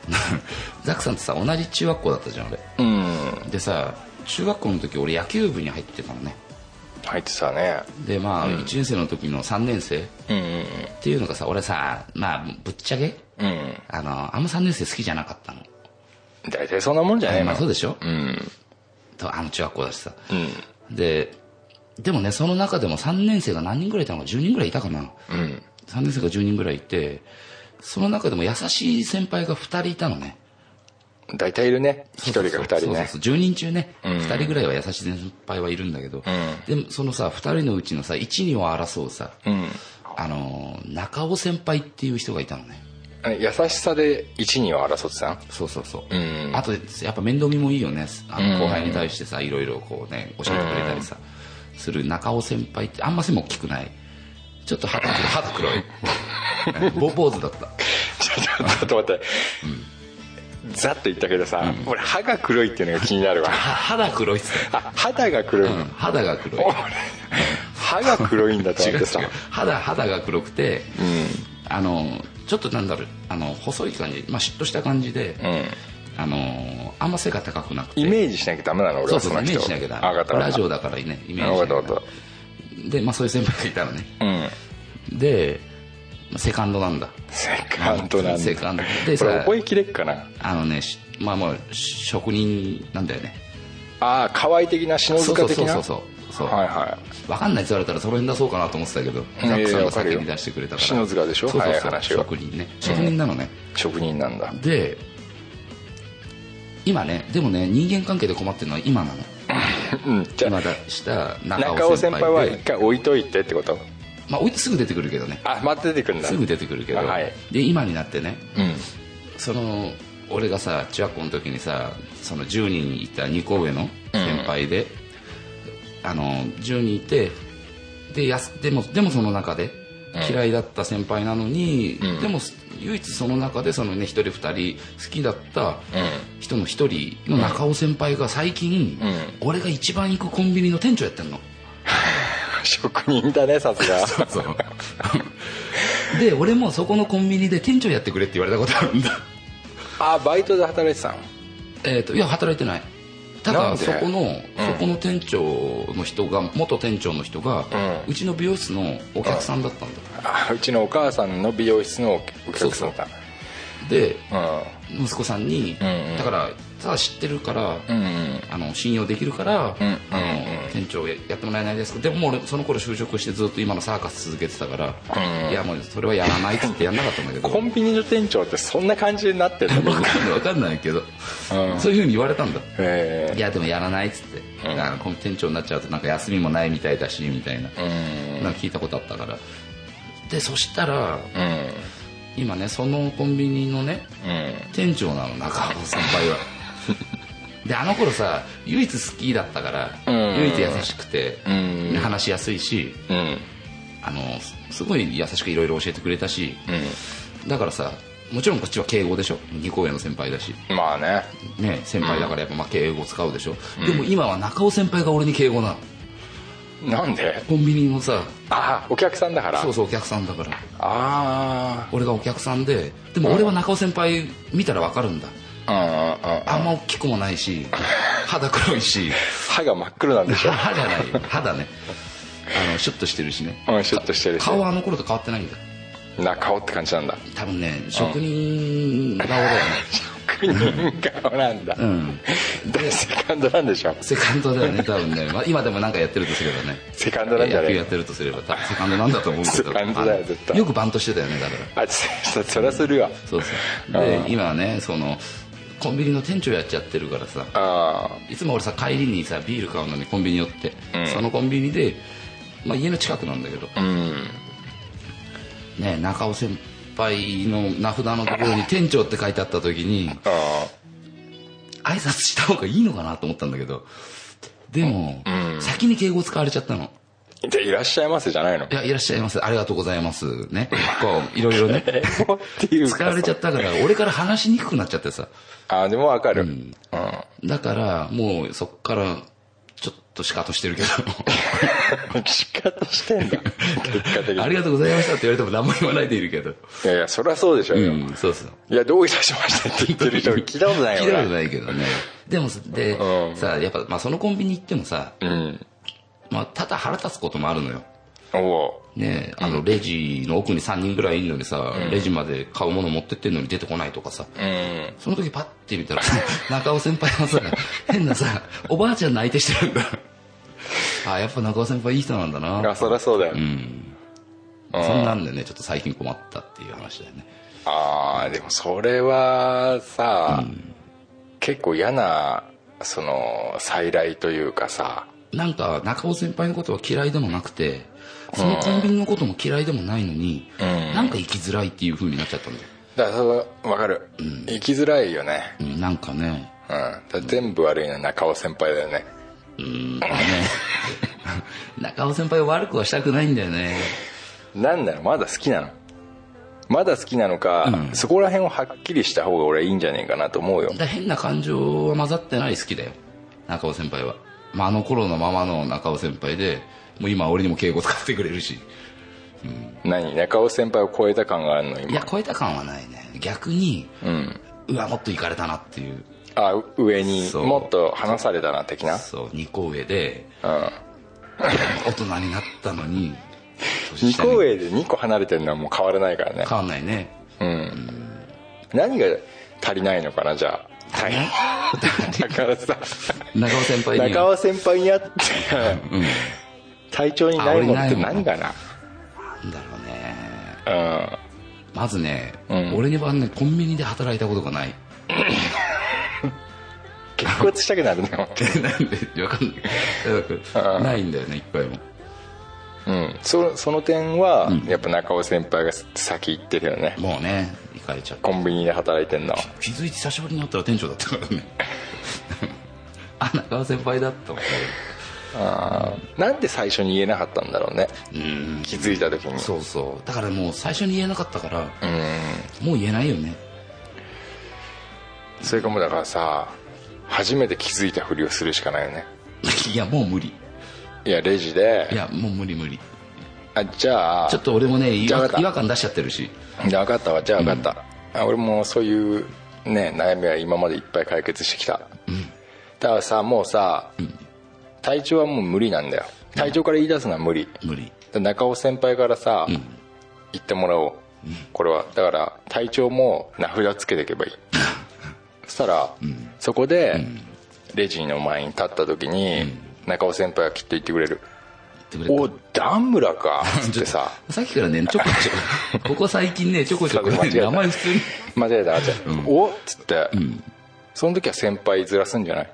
S3: ザックさんってさ同じ中学校だったじゃん俺
S4: うんうん
S3: でさ中学校の時俺野球部に入ってたのね
S4: 入ってたね
S3: でまあ1年生の時の3年生っ
S4: うん
S3: ていうのがさ俺さまあぶっちゃけ
S4: うんうん
S3: あのあんま3年生好きじゃなかったの
S4: 大体そんなもんじゃねえ
S3: まあ
S4: の
S3: そうでしょ、
S4: うん
S3: とあの中学校だしさ
S4: うん
S3: ででもねその中でも3年生が何人ぐらいいたのか10人ぐらいいたかな
S4: うん
S3: 3年生が10人ぐらいいてその中でも優しい先輩が2人いたのね
S4: 大体いるね1人か2
S3: そ
S4: 人
S3: うそう
S4: ね
S3: そう10人中ね、
S4: うん
S3: 2人ぐらいは優しい先輩はいるんだけど、
S4: ん
S3: でもそのさ2人のうちのさ12を争うさ、
S4: うん
S3: あのー中尾先輩っていう人がいたのね
S4: 優しさで1人を争ってたん
S3: そうそうそう、
S4: うん
S3: あとやっぱ面倒見もいいよねあの
S4: うん
S3: 後輩に対してさいろいろこうね教えてくれたりさ、する中尾先輩ってあんま背も大きくないちょっと肌黒肌黒いうん ぼ坊主だった
S4: ちょちょちょっと待って、ざっと言ったけどさ、俺歯が黒いっていうのが気になるわ
S3: は肌黒いっすね
S4: あ肌が黒い、
S3: うん肌が黒い
S4: 俺歯が黒いんだと
S3: 違
S4: 思っ
S3: う違
S4: て
S3: う
S4: さ
S3: 肌肌が黒くて、
S4: う
S3: あのちょっとなんだろうあの細い感じ、まあ、シュッとした感じで、
S4: ん、うん、
S3: あのあんま背が高くなくて
S4: イメージしなきゃダメなの俺
S3: そう
S4: は
S3: そ
S4: そう
S3: そう
S4: の
S3: イメー
S4: 人
S3: ジしなきゃダ
S4: あわかった
S3: メ
S4: わか
S3: ラ
S4: った
S3: ジオだからねイメージし
S4: わ
S3: な
S4: か
S3: き
S4: った
S3: ゃ
S4: わかっ
S3: ダメで、まあ、そういう先輩がいたの ね
S4: うん
S3: で、まあセカンドなんだ
S4: セカンドなんだ
S3: セカンドで
S4: これ
S3: さ
S4: 覚えきれっかな
S3: あのねしまあもうし職人なんだよね
S4: ああ河合的な篠
S3: そうそ
S4: 塚
S3: う
S4: 的
S3: そう
S4: な
S3: そうそうそう、
S4: はいは
S3: 分かんないって言われたらその辺出そうかなと思ってたけど、
S4: い
S3: ザックさん
S4: やいや
S3: が
S4: わかる
S3: 先
S4: よ
S3: に出してくれたから
S4: 篠塚でし
S3: そ
S4: ょ
S3: うそう
S4: 早
S3: そ
S4: い
S3: う、
S4: 話は
S3: 職人ね職人なのね、
S4: 職人なんだ
S3: で今ねでもね人間関係で困ってるのは今なの
S4: うんじゃ
S3: 今
S4: あ
S3: 出した中
S4: 中
S3: 尾
S4: 尾
S3: 先
S4: 先
S3: 輩
S4: 輩は
S3: で
S4: 一回置いといてってこと
S3: まあ、置いてすぐ出てくるけどね
S4: あまた出てくるんだ
S3: すぐ出てくるけど、
S4: あはい
S3: で今になってね
S4: うん
S3: その俺がさ中学校の時にさその10人いた2個上の先輩で、あの10人いてでやすでもでもその中で嫌いだった先輩なのに、
S4: うん
S3: でも唯一その中でその、ね、1人2人好きだった人の1人の中尾先輩が最近、
S4: う
S3: 俺が一番行くコンビニの店長やってんの。
S4: 職人だねさすが
S3: で俺もそこのコンビニで店長やってくれって言われたことあるんだ
S4: あバイトで働いてたの
S3: えっといや働いてないた
S4: な
S3: だ
S4: んで
S3: そこの、そこの店長の人が元店長の人が、
S4: う
S3: うちの美容室のお客さんだったんだ、
S4: あうちのお母さんの美容室のお客さんだ
S3: で
S4: うん
S3: 息子さんに、
S4: うんうん
S3: だからただ知ってるから、
S4: うんうん
S3: あの信用できるから、
S4: うんうんうん
S3: あの店長ややってもらえないですかでももう俺その頃就職してずっと今のサーカス続けてたから、
S4: うん
S3: いやもうそれはやらないっつってやんなかったんだけど
S4: コンビニの店長ってそんな感じになってんの
S3: 分かんない分かんないけど、
S4: ん
S3: そういうふうに言われたんだ
S4: え
S3: いやでもやらないっつって、
S4: うん
S3: あのこの店長になっちゃうとなんか休みもないみたいだしみたいな,、
S4: えうん
S3: なんか聞いたことあったからでそしたら
S4: うん
S3: 今ねそのコンビニのね
S4: うん
S3: 店長なの中尾先 輩はであの頃さ唯一好きだったから、
S4: うん
S3: 唯一優しくて、
S4: うん
S3: で話しやすいし
S4: うん
S3: あのすごい優しくいろいろ教えてくれたし、だからさもちろんこっちは敬語でしょ2個上の先輩だし
S4: うんまあね
S3: ね先輩だからやっぱまあ敬語使うでしょ、でも今は中尾先輩が俺に敬語なの
S4: なんで
S3: コンビニのさ
S4: ああお客さんだから
S3: そうそうお客さんだから
S4: あ
S3: 俺がお客さんででも俺は中尾先輩見たらわかるんだ
S4: あうんうんうん
S3: あんま大きくもない し肌黒いし
S4: 歯が真っ黒なんでしょ
S3: 歯じゃないよ肌ねあのシュッとしてるしね
S4: うんシュッとしてるし
S3: 顔はあの頃と変わってないんだ
S4: 中尾って感じなんだ
S3: 多分ね職人顔だよね
S4: 国顔なんだ
S3: ん
S4: でセカンドなんでしょ
S3: セカンドだよね多分ね、まあ、今でもなんかやってるとすればね
S4: セカンドなんじゃ
S3: 野
S4: ね
S3: 球
S4: え
S3: やってるとすれば多分セカンドなんだと思うけど
S4: セカンドだよ絶対
S3: あのよくバントしてたよねだから
S4: あそそそりゃするわ
S3: そうそうで今はねそのコンビニの店長やっちゃってるからさ
S4: あ
S3: いつも俺さ帰りにさビール買うのにコンビニ寄って、そのコンビニで、まあ、家の近くなんだけど、
S4: あうん
S3: ね、中尾先輩の名札のところに「店長」って書いてあった時に
S4: あ
S3: 挨拶した方がいいのかなと思ったんだけどでも、
S4: うん
S3: 先に敬語使われちゃったの
S4: あでいらっしゃいませじゃないの
S3: いや、いらっしゃいます。ありがとうございます。 ね。こう、いろいろね。
S4: もうっていうか
S3: 使われちゃったから、俺から話しにくくなっちゃってさ。
S4: ああでもわかるうん、
S3: だから、もう、そっから、ちょっと仕方してるけ
S4: 仕方して んだ結果的
S3: ど、
S4: に
S3: ありがとうございましたって言われても何も言わないでいるけど。
S4: いやいやそりゃそうでしょう
S3: う
S4: よ、
S3: ん、そうそう。
S4: いやどういたしましてって言って る人聞いたことないよ
S3: 聞いたこと
S4: い
S3: ないけどね。でもさ、で、
S4: うん
S3: さ、やっぱ、まあ、そのコンビニ行ってもさ、
S4: うん
S3: まあ、ただ腹立つこともあるのよ。
S4: おお
S3: ねあの、レジの奥に3人ぐらいいるのにさ、レジまで買うもの持ってってんのに出てこないとかさ。
S4: ううん
S3: その時パッて見たら、 中尾先輩はさ、変なさ、おばあちゃんの相手してるんだ。あ、やっぱ中尾先輩いい人なんだな。
S4: あそりゃそうだよ、
S3: うん。
S4: うん
S3: そんなんでね、ちょっと最近困ったっていう話だよね。
S4: ああでもそれはさ、結構嫌なその再来というかさ
S3: なんか、中尾先輩のことは嫌いでもなくて、そのコンビニのことも嫌いでもないのに、
S4: うん
S3: なんか生きづらいっていう風になっちゃったんだよ。
S4: だからそれわかる、生きづらいよね
S3: うん、なんかね、
S4: うんだから全部悪いのは中尾先輩だよね
S3: うん、ね。中尾先輩を悪くはしたくないんだよね。
S4: なんなのまだ好きなのまだ好きなのか、
S3: うん
S4: そこら辺をはっきりした方が俺はいいんじゃねえかなと思うよ
S3: だから変な感情は混ざってない好きだよ中尾先輩は、まあ、あの頃のままの中尾先輩でもう今は俺にも敬語使ってくれるし
S4: 何中尾先輩を超えた感があるの
S3: い
S4: 今
S3: や超えた感はないね逆に
S4: うん
S3: うわもっといかれたなっていう
S4: あう上に
S3: そう
S4: もっと離されたな的な
S3: そう2個上で
S4: うん
S3: 大人になったのに
S4: 2個
S3: に
S4: 上で2個離れてるのはもう変わらないからね
S3: 変わんないね
S4: うん、何が足りないのかなじゃあ
S3: 足りない
S4: だからさ
S3: 中尾先輩に
S4: 中
S3: は
S4: 尾先輩に会って体調にないもんって何かな
S3: なんだろうね
S4: うん
S3: まずね、
S4: うん
S3: 俺にはねコンビニで働いたことがない
S4: 結婚したくなるね 本
S3: なんでわかんないないんだよね一回も
S4: 当にうんそその点はやっぱ中尾先輩が先行ってるよね
S3: もうね行かれちゃった
S4: コンビニで働いてんの
S3: 気づいて久しぶりに会ったら店長だったからね あ中尾先輩だった
S4: なんで最初に言えなかったんだろうね
S3: うん
S4: 気づいた時に
S3: そうそうだからもう最初に言えなかったから
S4: うん
S3: もう言えないよね
S4: それかもうだからさ初めて気づいたふりをするしかないよね
S3: いやもう無理
S4: いやレジ
S3: い
S4: で
S3: やもう無理無理
S4: あじゃあ
S3: ちょっと俺もね違
S4: じゃあ
S3: 和
S4: 分かった
S3: 違和感出しちゃってるし
S4: じゃあ分かったわじゃあ分かった、あ俺もそういうね悩みは今までいっぱい解決してきた、だからさもうさ、体調はもう無理なんだよ体調から言い出すのは無理、
S3: 無理
S4: 中尾先輩からさ、言ってもらおうこれはだから体調も名札つけていけば いいそしたら、そこでレジの前に立った時に、中尾先輩はきっと言ってくれる
S3: 言ってくれ
S4: 「
S3: た
S4: おダンブラか」っつって さ
S3: さっきからね、ちょこちょ こ、ここ最近ね、ちょこちょこ、
S4: 間違えた
S3: 名前普通に。
S4: 間違えた間違えた「おっ」つって、その時は先輩ずらすんじゃない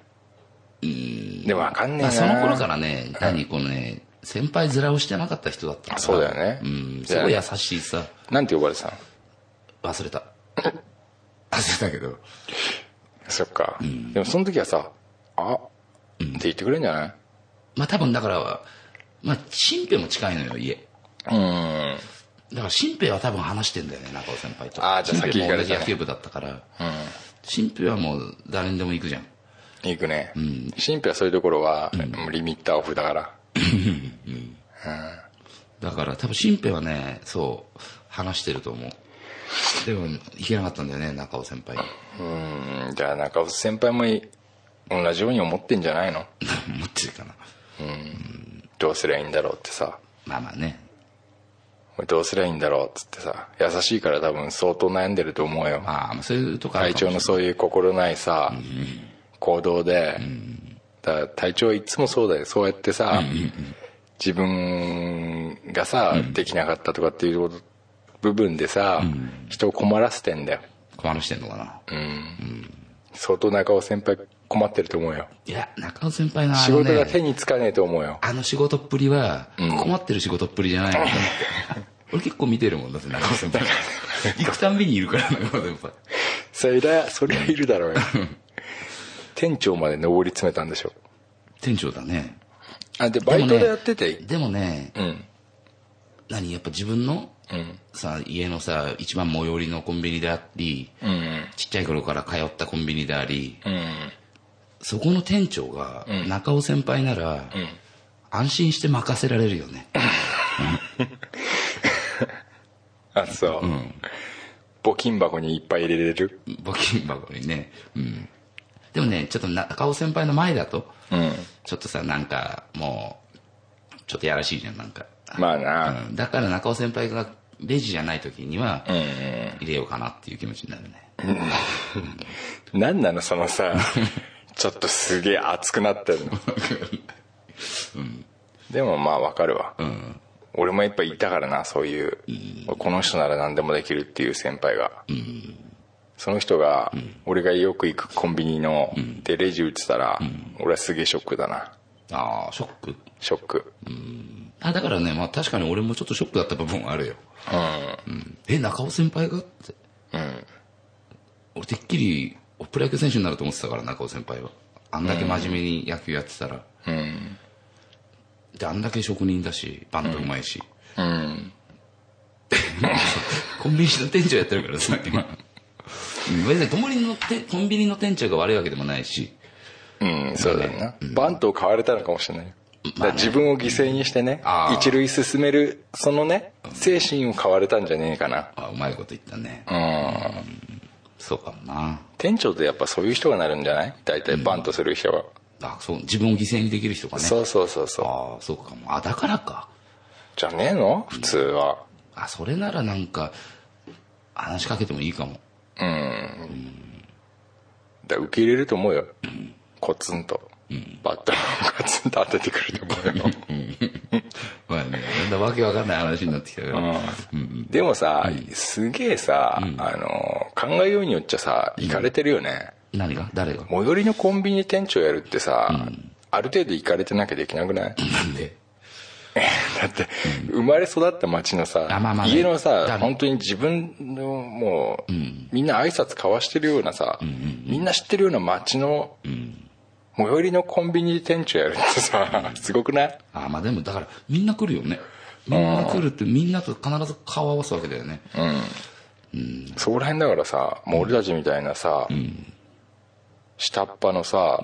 S4: でも分かんねえ
S3: ま
S4: な
S3: あその頃からね、何このね、先輩面をしてなかった人だったから。
S4: そうだよね
S3: うん、
S4: だ
S3: す
S4: よ
S3: ごい
S4: ね
S3: 優しいさ。
S4: なんて呼ばれてたの
S3: 忘 れた。忘れたけど。
S4: そっか、でもその時はさ「あっ」って言ってくれるんじゃない
S3: まあ多分だから、まあ、新兵も近いのよ、家。
S4: うん
S3: だから新兵は多分話してんだよね、中尾先輩と。
S4: あーじゃあ先行か
S3: 新兵も同
S4: れたね
S3: じ野球部だったから。新兵はもう誰にでも行くじゃん。
S4: 行くね、神秘はそういうところは、もうリミッターオフだから
S3: だから多分新兵はね、そう、話してると思う。でも、行けなかったんだよね、中尾先輩に。
S4: うんじゃあ中尾先輩もい同じように思ってんじゃないの
S3: 持ってるかな。
S4: どうすりゃいいんだろうってさ
S3: まあまあね。
S4: 俺どうすりゃいいんだろうっつってさ優しいから多分相当悩んでると思うよ
S3: まあ、そういうとこある
S4: 体
S3: か
S4: 調
S3: もしれない
S4: のそういう心ないさ、行動で、だから体調いつもそうだよそうやってさ、自分がさ、できなかったとかっていう部分でさ、人を困らせてんだよ
S3: 困らしてんのかな。
S4: 相当中尾先輩困ってると思うよ
S3: いや、中尾先輩のあ
S4: 仕
S3: の、
S4: 事が手
S3: ね、
S4: につかねえと思う よ
S3: あの仕事っぷりは、困ってる仕事っぷりじゃないのね。俺結構見てるもんだって、中尾先輩。 行くたんびにいるから、中尾先輩。
S4: そりゃそりゃいるだろうよ店長まで上り詰めたんでしょ
S3: 店長だね。
S4: あでバイトでやってて、
S3: でもね、
S4: うん
S3: 何、やっぱ自分の、
S4: うん
S3: さ、家のさ、一番最寄りのコンビニであり、
S4: うん
S3: ちっちゃい頃から通ったコンビニであり、
S4: うん
S3: そこの店長が、中尾先輩なら、安心して任せられるよね。
S4: あそう、募金箱にいっぱい入れれる
S3: 募金箱にね。うん。でもね、ちょっと中尾先輩の前だと、
S4: うん
S3: ちょっとさ、なんか、もう、ちょっとやらしいじゃん、なんか。
S4: まあな、
S3: うん、だから中尾先輩がレジじゃない時には、入れようかなっていう気持ちになるね。
S4: なんなのそのさちょっとすげえ熱くなってるの、でもまあわかるわ、俺もやっぱいたからなそういう、この人なら何でもできるっていう先輩が、その人が、俺がよく行くコンビニの、でレジ打ってたら、俺はすげえショックだな
S3: ああ、ショック。
S4: ショック
S3: あだからね、まあ確かに俺もちょっとショックだった部分はあるよ。うん。え、中尾先輩がって。うん。俺てっきり、プロ野球選手になると思ってたから、中尾先輩は。あんだけ真面目に野球やってたら。
S4: うん
S3: で、あんだけ職人だし、バンドうまいし。
S4: うん
S3: コンビニの店長やってるからさ、今。うん別にコンビニのてコンビニの店長が悪いわけでもないし、
S4: うんそうだよな、バントを買われたのかもしれないよだから自分を犠牲にしてね
S3: あー
S4: 一塁進めるそのね精神を買われたんじゃねえかな
S3: あうまいこと言ったね。
S4: うん
S3: そうかもな。
S4: 店長ってやっぱそういう人がなるんじゃない大体バントする人が、
S3: あそう、自分を犠牲にできる人かね。
S4: そうそうそうそう
S3: ああ、そうかも。あ、だからか。
S4: じゃねえの普通は
S3: あ、それならなんか、話しかけてもいいかも。
S4: だから受け入れると思うよ、コツンと、バットをコツンと当ててくると思 うよ、
S3: まあね、だんだんわけわかんない話になってきたから。
S4: でもさ、すげえさ、あの考えようによっちゃさ行かれてるよね、
S3: 何が誰が
S4: 最寄りのコンビニ店長やるってさ、ある程度行かれてなきゃできなくない
S3: なんで
S4: だって、生まれ育った町のさ、
S3: あまあまあね
S4: 家の
S3: だ
S4: さ
S3: ね
S4: 本当に自分のもう、みんな挨拶交わしてるようなさ、みんな知ってるような町の、最寄りのコンビニ店長やるってさすごくない
S3: あまあでもだからみんな来るよねみんな来るってみんなと必ず顔合わすわけだよね、
S4: そこら辺だからさもう俺たちみたいなさ、下っ端のさ、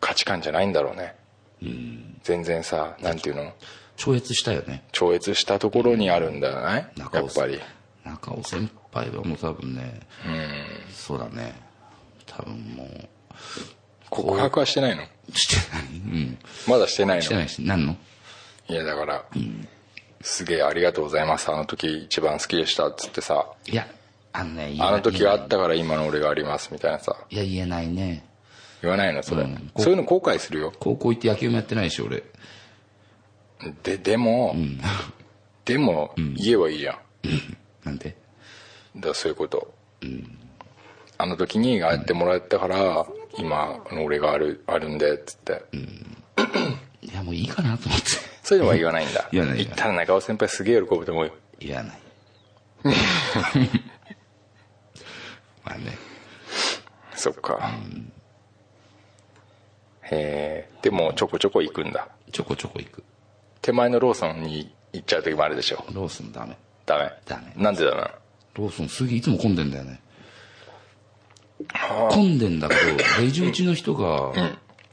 S4: 価値観じゃないんだろうね、全然さなんていうの
S3: 超越したよね
S4: 超越したところにあるんだよね、
S3: 中
S4: や
S3: 尾
S4: っ
S3: さ
S4: ぱ
S3: ん
S4: り
S3: 中尾先輩はもう多分ねそうだね多分もう
S4: 告白はしてないの
S3: してないうん
S4: まだしてないの
S3: してないし何の
S4: いやだから、すげえありがとうございますあの時一番好きでしたっつってさ
S3: いやあのね言えない
S4: あの時があったから今の俺がありますみたいなさ
S3: いや言えないね
S4: 言わないのそれ、
S3: うん
S4: そういうの後悔するよ
S3: 高校行って野球もやってないし俺
S4: ででも、でも言えばいいじゃん、
S3: なんで
S4: だからそういうこと、あの時に会ってもらったから今の俺があるあるんでっつって、
S3: いやもういいかなと思って
S4: そういうのは言わないんだ
S3: 言わない言わない
S4: ったら中尾先輩すげえ喜ぶと思うよ
S3: いら ないまあね
S4: そっか、へえでもちょこちょこ行くんだ
S3: ちょこちょこ行く
S4: 手前のローソンに行っちゃう時もあるでしょ
S3: ローソンダメ
S4: ダメ
S3: ダメ
S4: なんでだな
S3: ローソンすげえいつも混んでんだよね混んでんだけどレジ打ちの人が、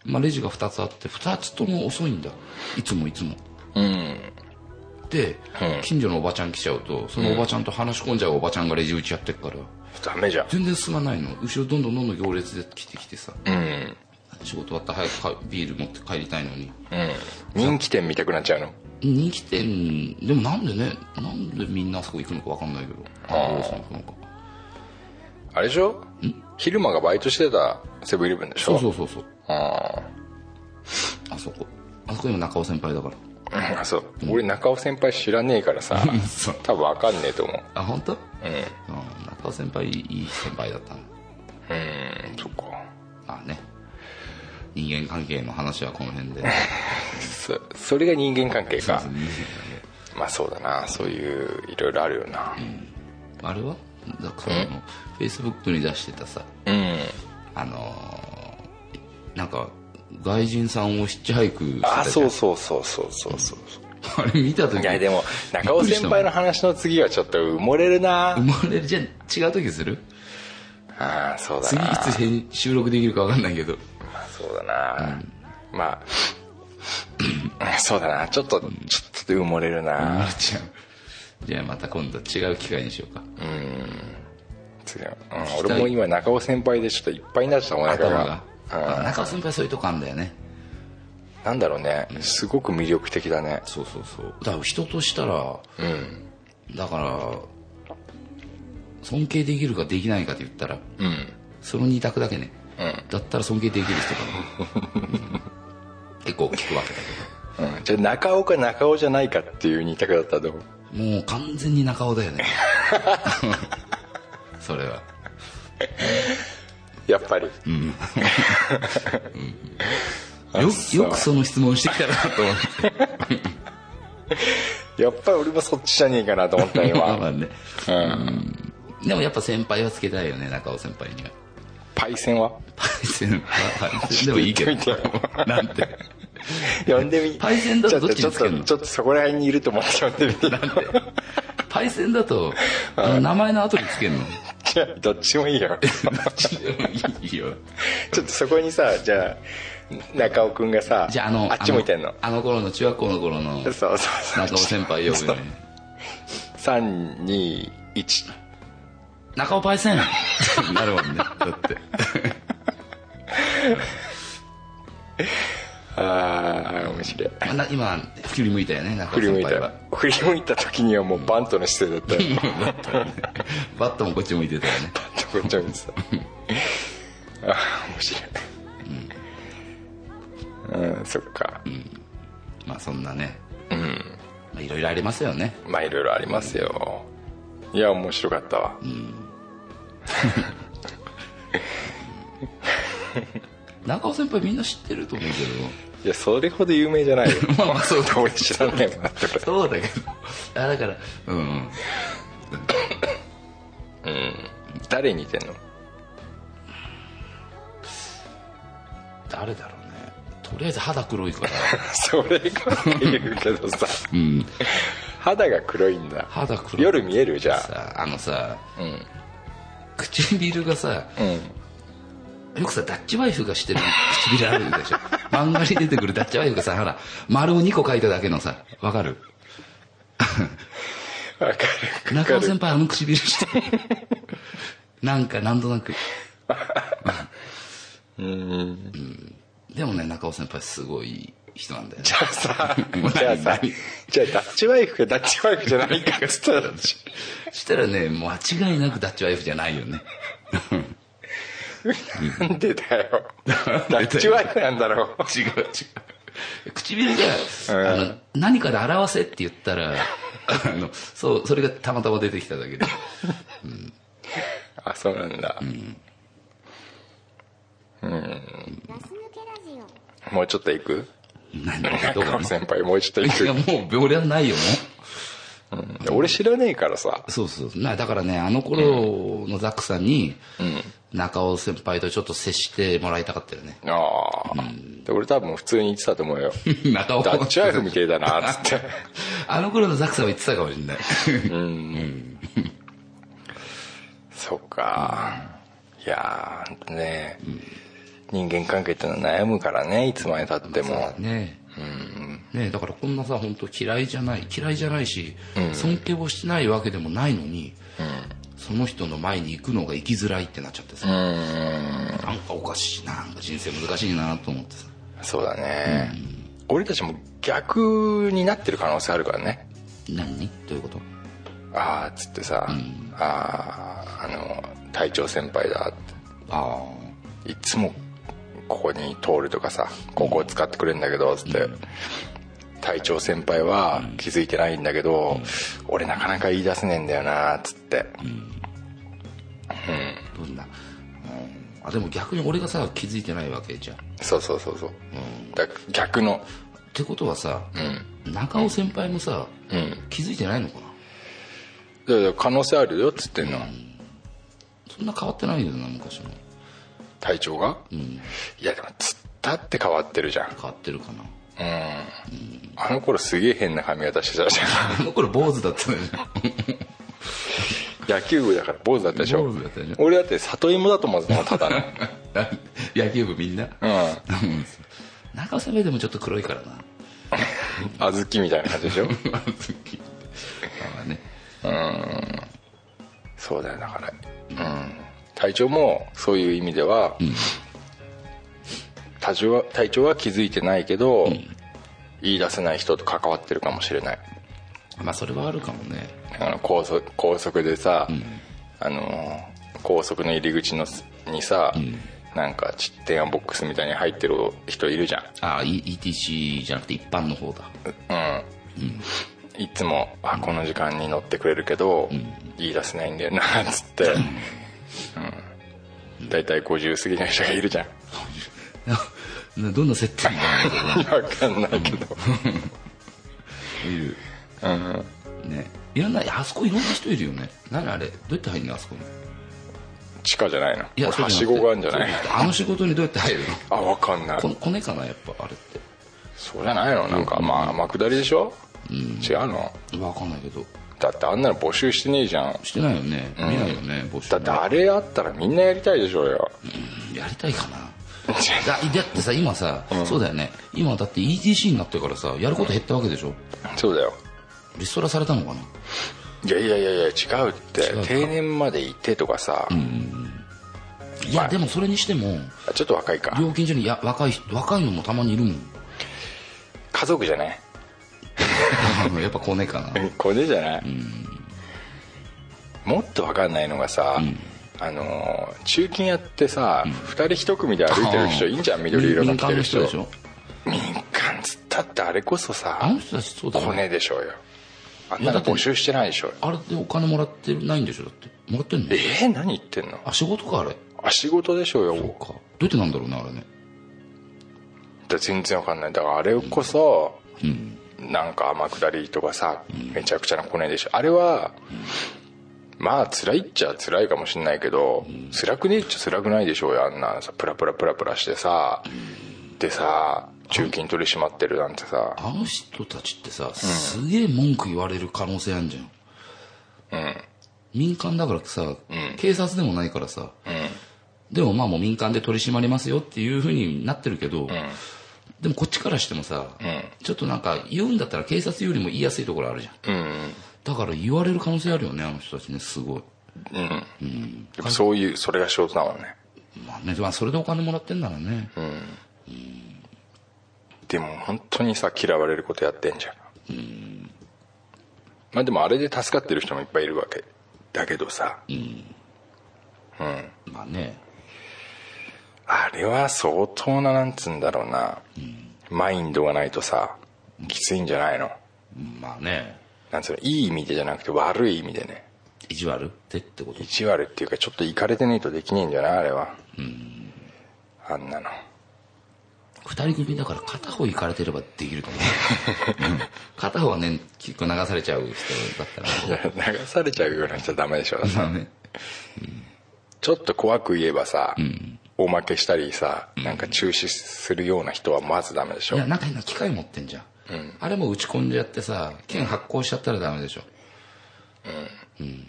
S3: まあ、レジが2つあって2つとも遅いんだいつもいつもで、近所のおばちゃん来ちゃうとそのおばちゃんと話し込んじゃうおばちゃんがレジ打ちやってっから
S4: ダメじゃん
S3: 全然進まないの後ろどんどんどんどん行列で来てきてさ、仕事終わったら早くかビール持って帰りたいのに、
S4: 人気店見たくなっちゃうの
S3: 人気店でもなんでねなんでみんなあそこ行くのか分かんないけどあローソン行くのか
S4: あれでしょ昼間がバイトしてたセブンイレブンでしょ
S3: そうそうそうそう
S4: あ
S3: あそこあそこ今中尾先輩だから
S4: ーあそう俺中尾先輩知らねえからさ多分わかんねえと思う
S3: あ本当？うん、中尾先輩いい先輩だったの
S4: うんそっか
S3: まあね人間関係の話はこの 辺で
S4: そそれが人間関係かまあそうだなそういういろいろあるよな
S3: あれはだからあのフェイスブックに出してたさ
S4: うん
S3: あのーなんか外人さんをヒッチハイクしてた
S4: あ
S3: じゃ
S4: そ
S3: ん
S4: うそうそうそうそうそう
S3: あれ見た時
S4: いやでも中尾先輩の話の次はちょっと埋もれるな
S3: 生まれるじゃあ違う時にする
S4: ああそうだ
S3: 次い
S4: な
S3: つ編収録できるか分かんないけど
S4: そうだな、まあ そうだなちょっとちょっと埋もれるな、
S3: あちゃんじゃあまた今度違う機会にしようか
S4: 次はうん、俺も今中尾先輩でちょっといっぱいになっちゃったお腹
S3: 頭
S4: が
S3: が
S4: うん
S3: あ中尾先輩そういうとこあんだよね
S4: なんだろうねすごく魅力的だね
S3: そうそうそうだから人としたら
S4: うん
S3: だから尊敬できるかできないかって言ったら
S4: うん
S3: その二択だけね、
S4: う
S3: だったら尊敬できる人かな、うん 結構聞くわけだ
S4: うんじゃあ中尾か中尾じゃないかっていう二択だったらどう
S3: けどもう完全に中尾だよね それは
S4: やっぱり
S3: よよくその質問してきたなと思って
S4: やっぱり俺もそっちじゃねえかなと思った
S3: まあ
S4: 今
S3: まあね、うんでもやっぱ先輩はつけたいよね中尾先輩には
S4: パイセンは
S3: パイセンパイセンでもいいけど
S4: ちょっと言ってみ
S3: なんて
S4: 呼んでみ
S3: パイセンだ
S4: ちょ
S3: と
S4: っと
S3: どっちにつ
S4: ちょっ
S3: け
S4: と
S3: るの
S4: ちょっとそこら辺にいると思って呼んでみて
S3: パイセンだとあの名前の後につけるの
S4: じゃあどっちもいいよ
S3: いいよ
S4: ちょっとそこにさじゃあ中尾くんがさ
S3: じゃああの
S4: あっち向いてんの
S3: あのあの頃の中学校の頃の
S4: そうそうそう
S3: 中尾先輩呼ぶよね
S4: 321
S3: 中尾パイセンって なるもんねだって
S4: ああ面白い
S3: まあな今振り向いたよね中尾
S4: 振り向
S3: 先
S4: い
S3: 輩
S4: た
S3: は
S4: 振り向いた時にはもうバントの姿勢だったよ
S3: バットもこっち向いてたよね
S4: こっちを見てたああ面白いうん、そっか、
S3: まあそんなねまあいろいろありますよね
S4: まあいろいろありますよいや面白かったわ、
S3: 中尾先輩みんな知ってると思うけ
S4: いやそれほど有名じゃないよ
S3: まあまあそうだ
S4: 俺知らないもんだってこれ
S3: どそうだけどあだからうん
S4: 誰に似て んの
S3: 誰だろうねとりあえず肌黒いから
S4: それが言うけどさ、肌が黒いんだ
S3: 肌黒い
S4: 夜見えるじゃん
S3: さあのさ
S4: うん
S3: 唇がさ
S4: うん
S3: よくさダッチワイフがしてる唇あるでしょ 漫画に出てくるダッチワイフがさほら丸を2個書いただけのさわかる
S4: わかるわか
S3: 中尾
S4: る
S3: 先輩あの唇してるなんかなんとな く
S4: うん
S3: でもね中尾先輩すごい人なんだよね
S4: じゃあさ
S3: 何
S4: じゃあさ
S3: 何
S4: じゃあダッチワイフかダッチワイフじゃないかっつったら
S3: そしたらね間違いなくダッチワイフじゃないよね
S4: なんでだ よダッチワイフなんだろう
S3: 違う違う唇が、あの何かで表せって言ったらあのそうそれがたまたま出てきただけで
S4: あそうなんだうんもうちょっと行く
S3: 何どうか
S4: 中
S3: な
S4: 野先輩もうちょっと行
S3: いや
S4: く
S3: もう秒量ないよね
S4: 俺知らねえからさ
S3: そうそうなだからねあの頃のザックさんに、中尾先輩とちょっと接してもらいたかったよね
S4: ああ、で俺多分普通に言ってたと思うよ
S3: 中尾
S4: ダッチワイフみてえだなっつ って
S3: あの頃のザックさんは言ってたかもしれない
S4: そうかいやーほんとね、人間関係ってのは悩むからねいつまでたっても
S3: ねえ、ねえだからこんなさ本当嫌いじゃない嫌いじゃないし、尊敬をしてないわけでもないのに、その人の前に行くのが行きづらいってなっちゃってさ、なんかおかしいななんか人生難しいなと思ってさ
S4: そうだね、俺たちも逆になってる可能性あるからね
S3: 何どういうこと
S4: ああっつってさ、あああの隊長先輩だ
S3: あ
S4: っていつもここに通るとかさここを使ってくれるんだけどっつって、隊長先輩は気づいてないんだけど、俺なかなか言い出せねえんだよなっつって、
S3: あどんな、うん、あでも逆に俺がさ気づいてないわけじゃんっ
S4: そうそうそうそう、だ逆の
S3: てことはさ、
S4: うん
S3: 中尾先輩もさ、
S4: うん
S3: 気づいてないのかな
S4: だから可能性あるよっつってんの、
S3: そんな変わってないよな昔の
S4: 隊長が、いやでもつったって変わってるじゃん
S3: 変わってるかな
S4: あの頃すげえ変な髪型してたじ ゃ
S3: あの頃坊主だったの よ
S4: ん野球部だから坊主だったでしょ
S3: 坊主だったでしょ
S4: 俺だって里芋だと思ってたもんただの
S3: 野球部みんな
S4: うん
S3: 中尾先輩でもちょっと黒いからな
S4: 小豆みたいな感じでしょ
S3: まあね
S4: そうだよだからうん隊長もそういう意味では、隊長は隊長は気づいてないけど、言い出せない人と関わってるかもしれない
S3: まあそれはあるかもね
S4: あの高速高速でさ、あのー高速の入り口のすにさ、なんかち提案ボックスみたいに入ってる人いるじゃん
S3: ああ ETC じゃなくて一般の方だ
S4: いつも「あこの時間に乗ってくれるけど、言い出せないんだよな」っつって、うん、大体50過ぎの人がいるじゃん
S3: などんな接点があるのか
S4: 分かんないけど、
S3: いるねいろんなあそこいろんな人いるよね何あれどうやって入るのあそこに
S4: 地下じゃないの
S3: い
S4: これはし
S3: そう
S4: ご
S3: じ
S4: があ
S3: ゃ
S4: るんじゃない
S3: くてあの仕事にどうやって入るの
S4: あ分かんない
S3: ここねかなやっぱあれって
S4: そうじゃないのなんか、まあ天下りでしょ、違うの
S3: わかんないけど
S4: だってあんなの募集してねえじゃん
S3: してないよね見ないよね募集
S4: だってあれあったらみんなやりたいでしょうよ
S3: やりたいかなだだってさ今さ、そうだよね今だって ETC になってからさやること減ったわけでしょ
S4: そうだよ
S3: リストラされたのかない
S4: やいやいやいや違うって
S3: うか
S4: 定年までいてとかさ、
S3: いや、
S4: はい
S3: でもそれにしても
S4: あちょっと若いか
S3: 料金所にいや若い人若いのもたまにいるもん
S4: 家族じゃない
S3: やっぱコネかな
S4: これじゃない、もっと分かんないのがさ、あのー中金やってさ、二2人一組で歩いてる人いいんじゃん緑色の
S3: 民
S4: 着て
S3: 間の
S4: る
S3: 人
S4: 人
S3: でしょ
S4: 民間つったってあれこそさ
S3: あの人たちそうだよ
S4: コネ
S3: ね
S4: でしょうよあん
S3: いや
S4: な
S3: だ
S4: の
S3: って
S4: 募集してないでしょうよ
S3: あれでお金もらってないんでしょだってもらってんの
S4: えー、何言ってんの
S3: あ仕事かあれ
S4: あ仕事でしょうよ
S3: そうかどうやってなんだろうねあれね
S4: だ全然わかんないだからあれこそ、なんか天下りとかさ、めちゃくちゃなコネでしょあれは、まあ辛いっちゃ辛いかもしんないけど、辛くねえっちゃ辛くないでしょうよあんなさプラプラプラプラしてさ、でさ中金取り締まってるなんてさ
S3: あの人たちってさすげえ文句言われる可能性あるじゃん、民間だからさ、警察でもないからさ、でもまあもう民間で取り締まりますよっていうふうになってるけど、でもこっちからしてもさ、ちょっとなんか言うんだったら警察よりも言いやすいところあるじゃん
S4: うん、
S3: だから言われる可能性あるよねあの人たちねすごい
S4: でもそういうそれが仕事だもんね
S3: まあね、まあ、それでお金もらってんならね、
S4: でも本当にさ嫌われることやってんじゃんまあでもあれで助かってる人もいっぱいいるわけだけどさ
S3: まあね
S4: あれは相当ななんつうんだろうな、マインドがないとさきついんじゃないの
S3: まあね
S4: なんつうのいい意味でじゃなくて悪い意味でね
S3: 意地悪ってってこと
S4: 意地悪っていうかちょっといかれてねえとできねえんじゃないあれはあんなの
S3: 二人組だから片方行かれてればできると思ううん片方はね結構流されちゃう人だったら
S4: いや流されちゃうような人はダメでしょ
S3: まあね
S4: ちょっと怖く言えばさ、大負けしたりさなんか中止するような人はまずダメでし
S3: い
S4: ょ
S3: や中にな機械持ってんじゃん、あれも打ち込んじゃってさ剣発行しちゃったらダメでしょ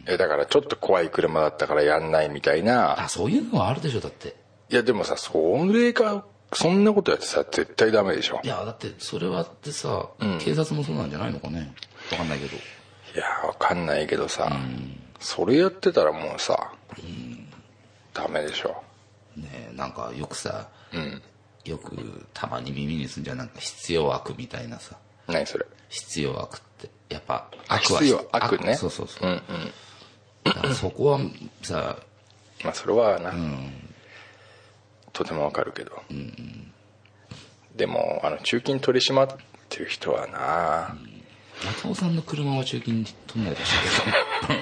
S4: えだからちょっと怖い車だったからやんないみたいな
S3: あそういうのはあるでしょだって
S4: いやでもさそれがそんなことやってさ絶対ダメでしょ
S3: いやだってそれはってさ、警察もそうなんじゃないのかねわかんないけど
S4: いやわかんないけどさ、それやってたらもうさ、ダメでしょ
S3: ねえなんかよくさ、よくたまに耳にすんじゃんなんか必要悪みたいなさ
S4: 何それ
S3: 必要悪ってやっぱ
S4: あ
S3: 悪は
S4: 必要悪ね
S3: そうそうそう、だからそこはさ
S4: まあそれはな、とてもわかるけど、でもあの中金取り締まってる人はな、
S3: 中尾さんの車は中金に止めないでしょうけ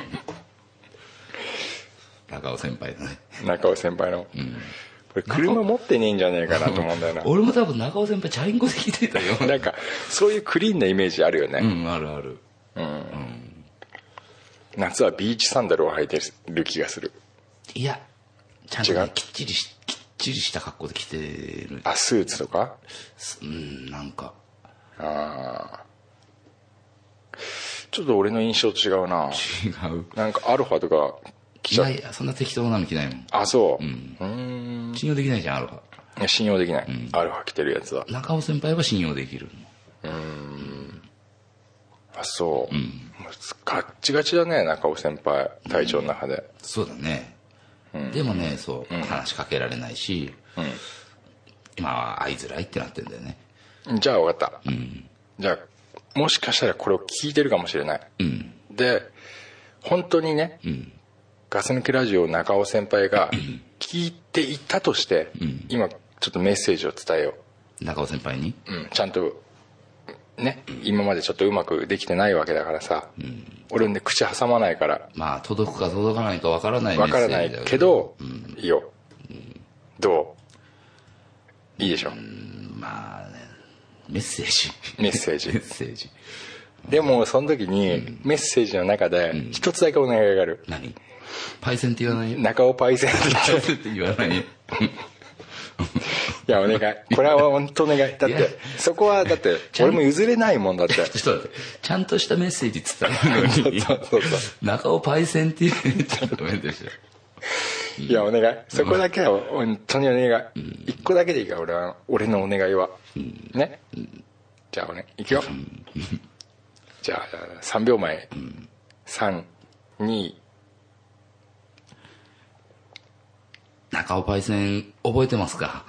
S3: ど中尾先輩だね
S4: 中尾先輩の、これ車持ってねえんじゃねえかなと思うんだよな
S3: 俺も多分中尾先輩チャリンコで来てたよ
S4: なんかそういうクリーンなイメージあるよ
S3: う
S4: ね、
S3: んあるある
S4: 夏はビーチサンダルを履いてる気がする
S3: いやちゃんとね、
S4: 違う
S3: きっちりしきっちりした格好で来てる
S4: あスーツとか
S3: うんなんか
S4: ちょっと俺の印象と違うな
S3: 違う
S4: なんかアルファとか来
S3: い
S4: ちゃ
S3: や
S4: っ
S3: いやそんな適当なの着ないもん
S4: あそう、
S3: 信用できないじゃんアルファ
S4: いや信用できない、アルファ着てるやつは
S3: 中尾先輩は信用できる
S4: あそう、もうガッチガチだね中尾先輩隊長の中で、
S3: そうだね、でもねそう、話しかけられないし、今は会いづらいってなってんだよね
S4: じゃあ分かった、じゃあもしかしたらこれを聞いてるかもしれない、で本当にね、ガス抜きラジオ中尾先輩が聞いていたとして、今ちょっとメッセージを伝えよ
S3: 中尾先輩に
S4: う、うん、ちゃんとね今までちょっとうまくできてないわけだからさ、俺ね口挟まないから
S3: まあ届くか届かないかわからないメッ
S4: 分
S3: セ
S4: から
S3: ージ
S4: な
S3: だ
S4: いけど、いいよ、どういいでしょ、
S3: まあねメッセージ
S4: メッセージ
S3: メッセージ
S4: でもその時にメッセージの中で一つだけお願いがある、
S3: 何パイセンって言わないよ
S4: 中尾パイセ ンって言っ
S3: パイ
S4: て
S3: センって言わないよ
S4: いやお願いこれは本当お願いだって
S3: いや
S4: そこはだって
S3: ちゃん
S4: 俺も譲れないもんだって
S3: ちょっと待ってちゃんとしたメッセージ伝えるのに
S4: そうそうそ
S3: 中尾パイセンって言っちゃダメでしょ
S4: いやお願いそこだけは本当にお願い一個だけでいいから俺は俺のお願いはねじゃあおねいくよじゃあ3秒前321
S3: 中尾パイセン覚えてますか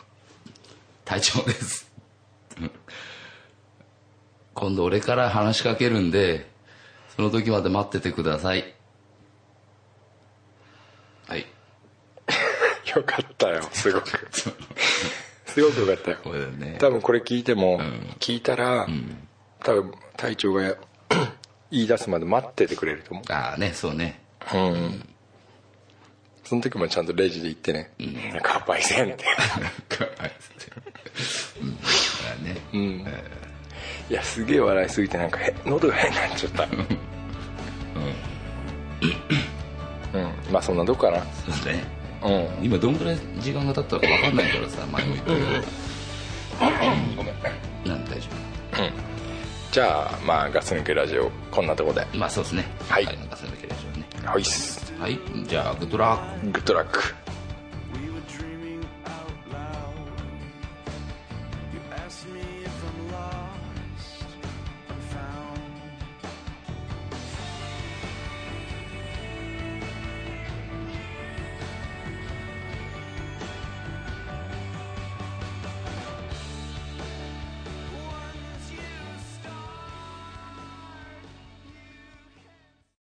S3: 隊長ですうん今度俺から話しかけるんでその時まで待っててくださいはい
S4: よかったよす ごくすごくよかったよ
S3: これだよね
S4: 多分これ聞いても、聞いたら、多分隊長が 言い出すまで待っててくれると思
S3: ああねそうね
S4: う、うん、その時もちゃんとレジで言ってね「なんか乾杯せん」って
S3: かわいそううんだからね
S4: いやすげえ笑いすぎてなんかへ喉が変になっちゃったうん、まあそんなとこかな
S3: そうだね
S4: うん
S3: 今どんくらい時間が経ったのか分かんないからさ前も言ったけど
S4: ごめん
S3: なん大丈
S4: じゃあまあガス抜けラジオこんなとこで
S3: 夫まあそうですね
S4: はい
S3: なんかそれだけでしょうね
S4: ホイッス
S3: はいじゃあグッドラック
S4: グッドラック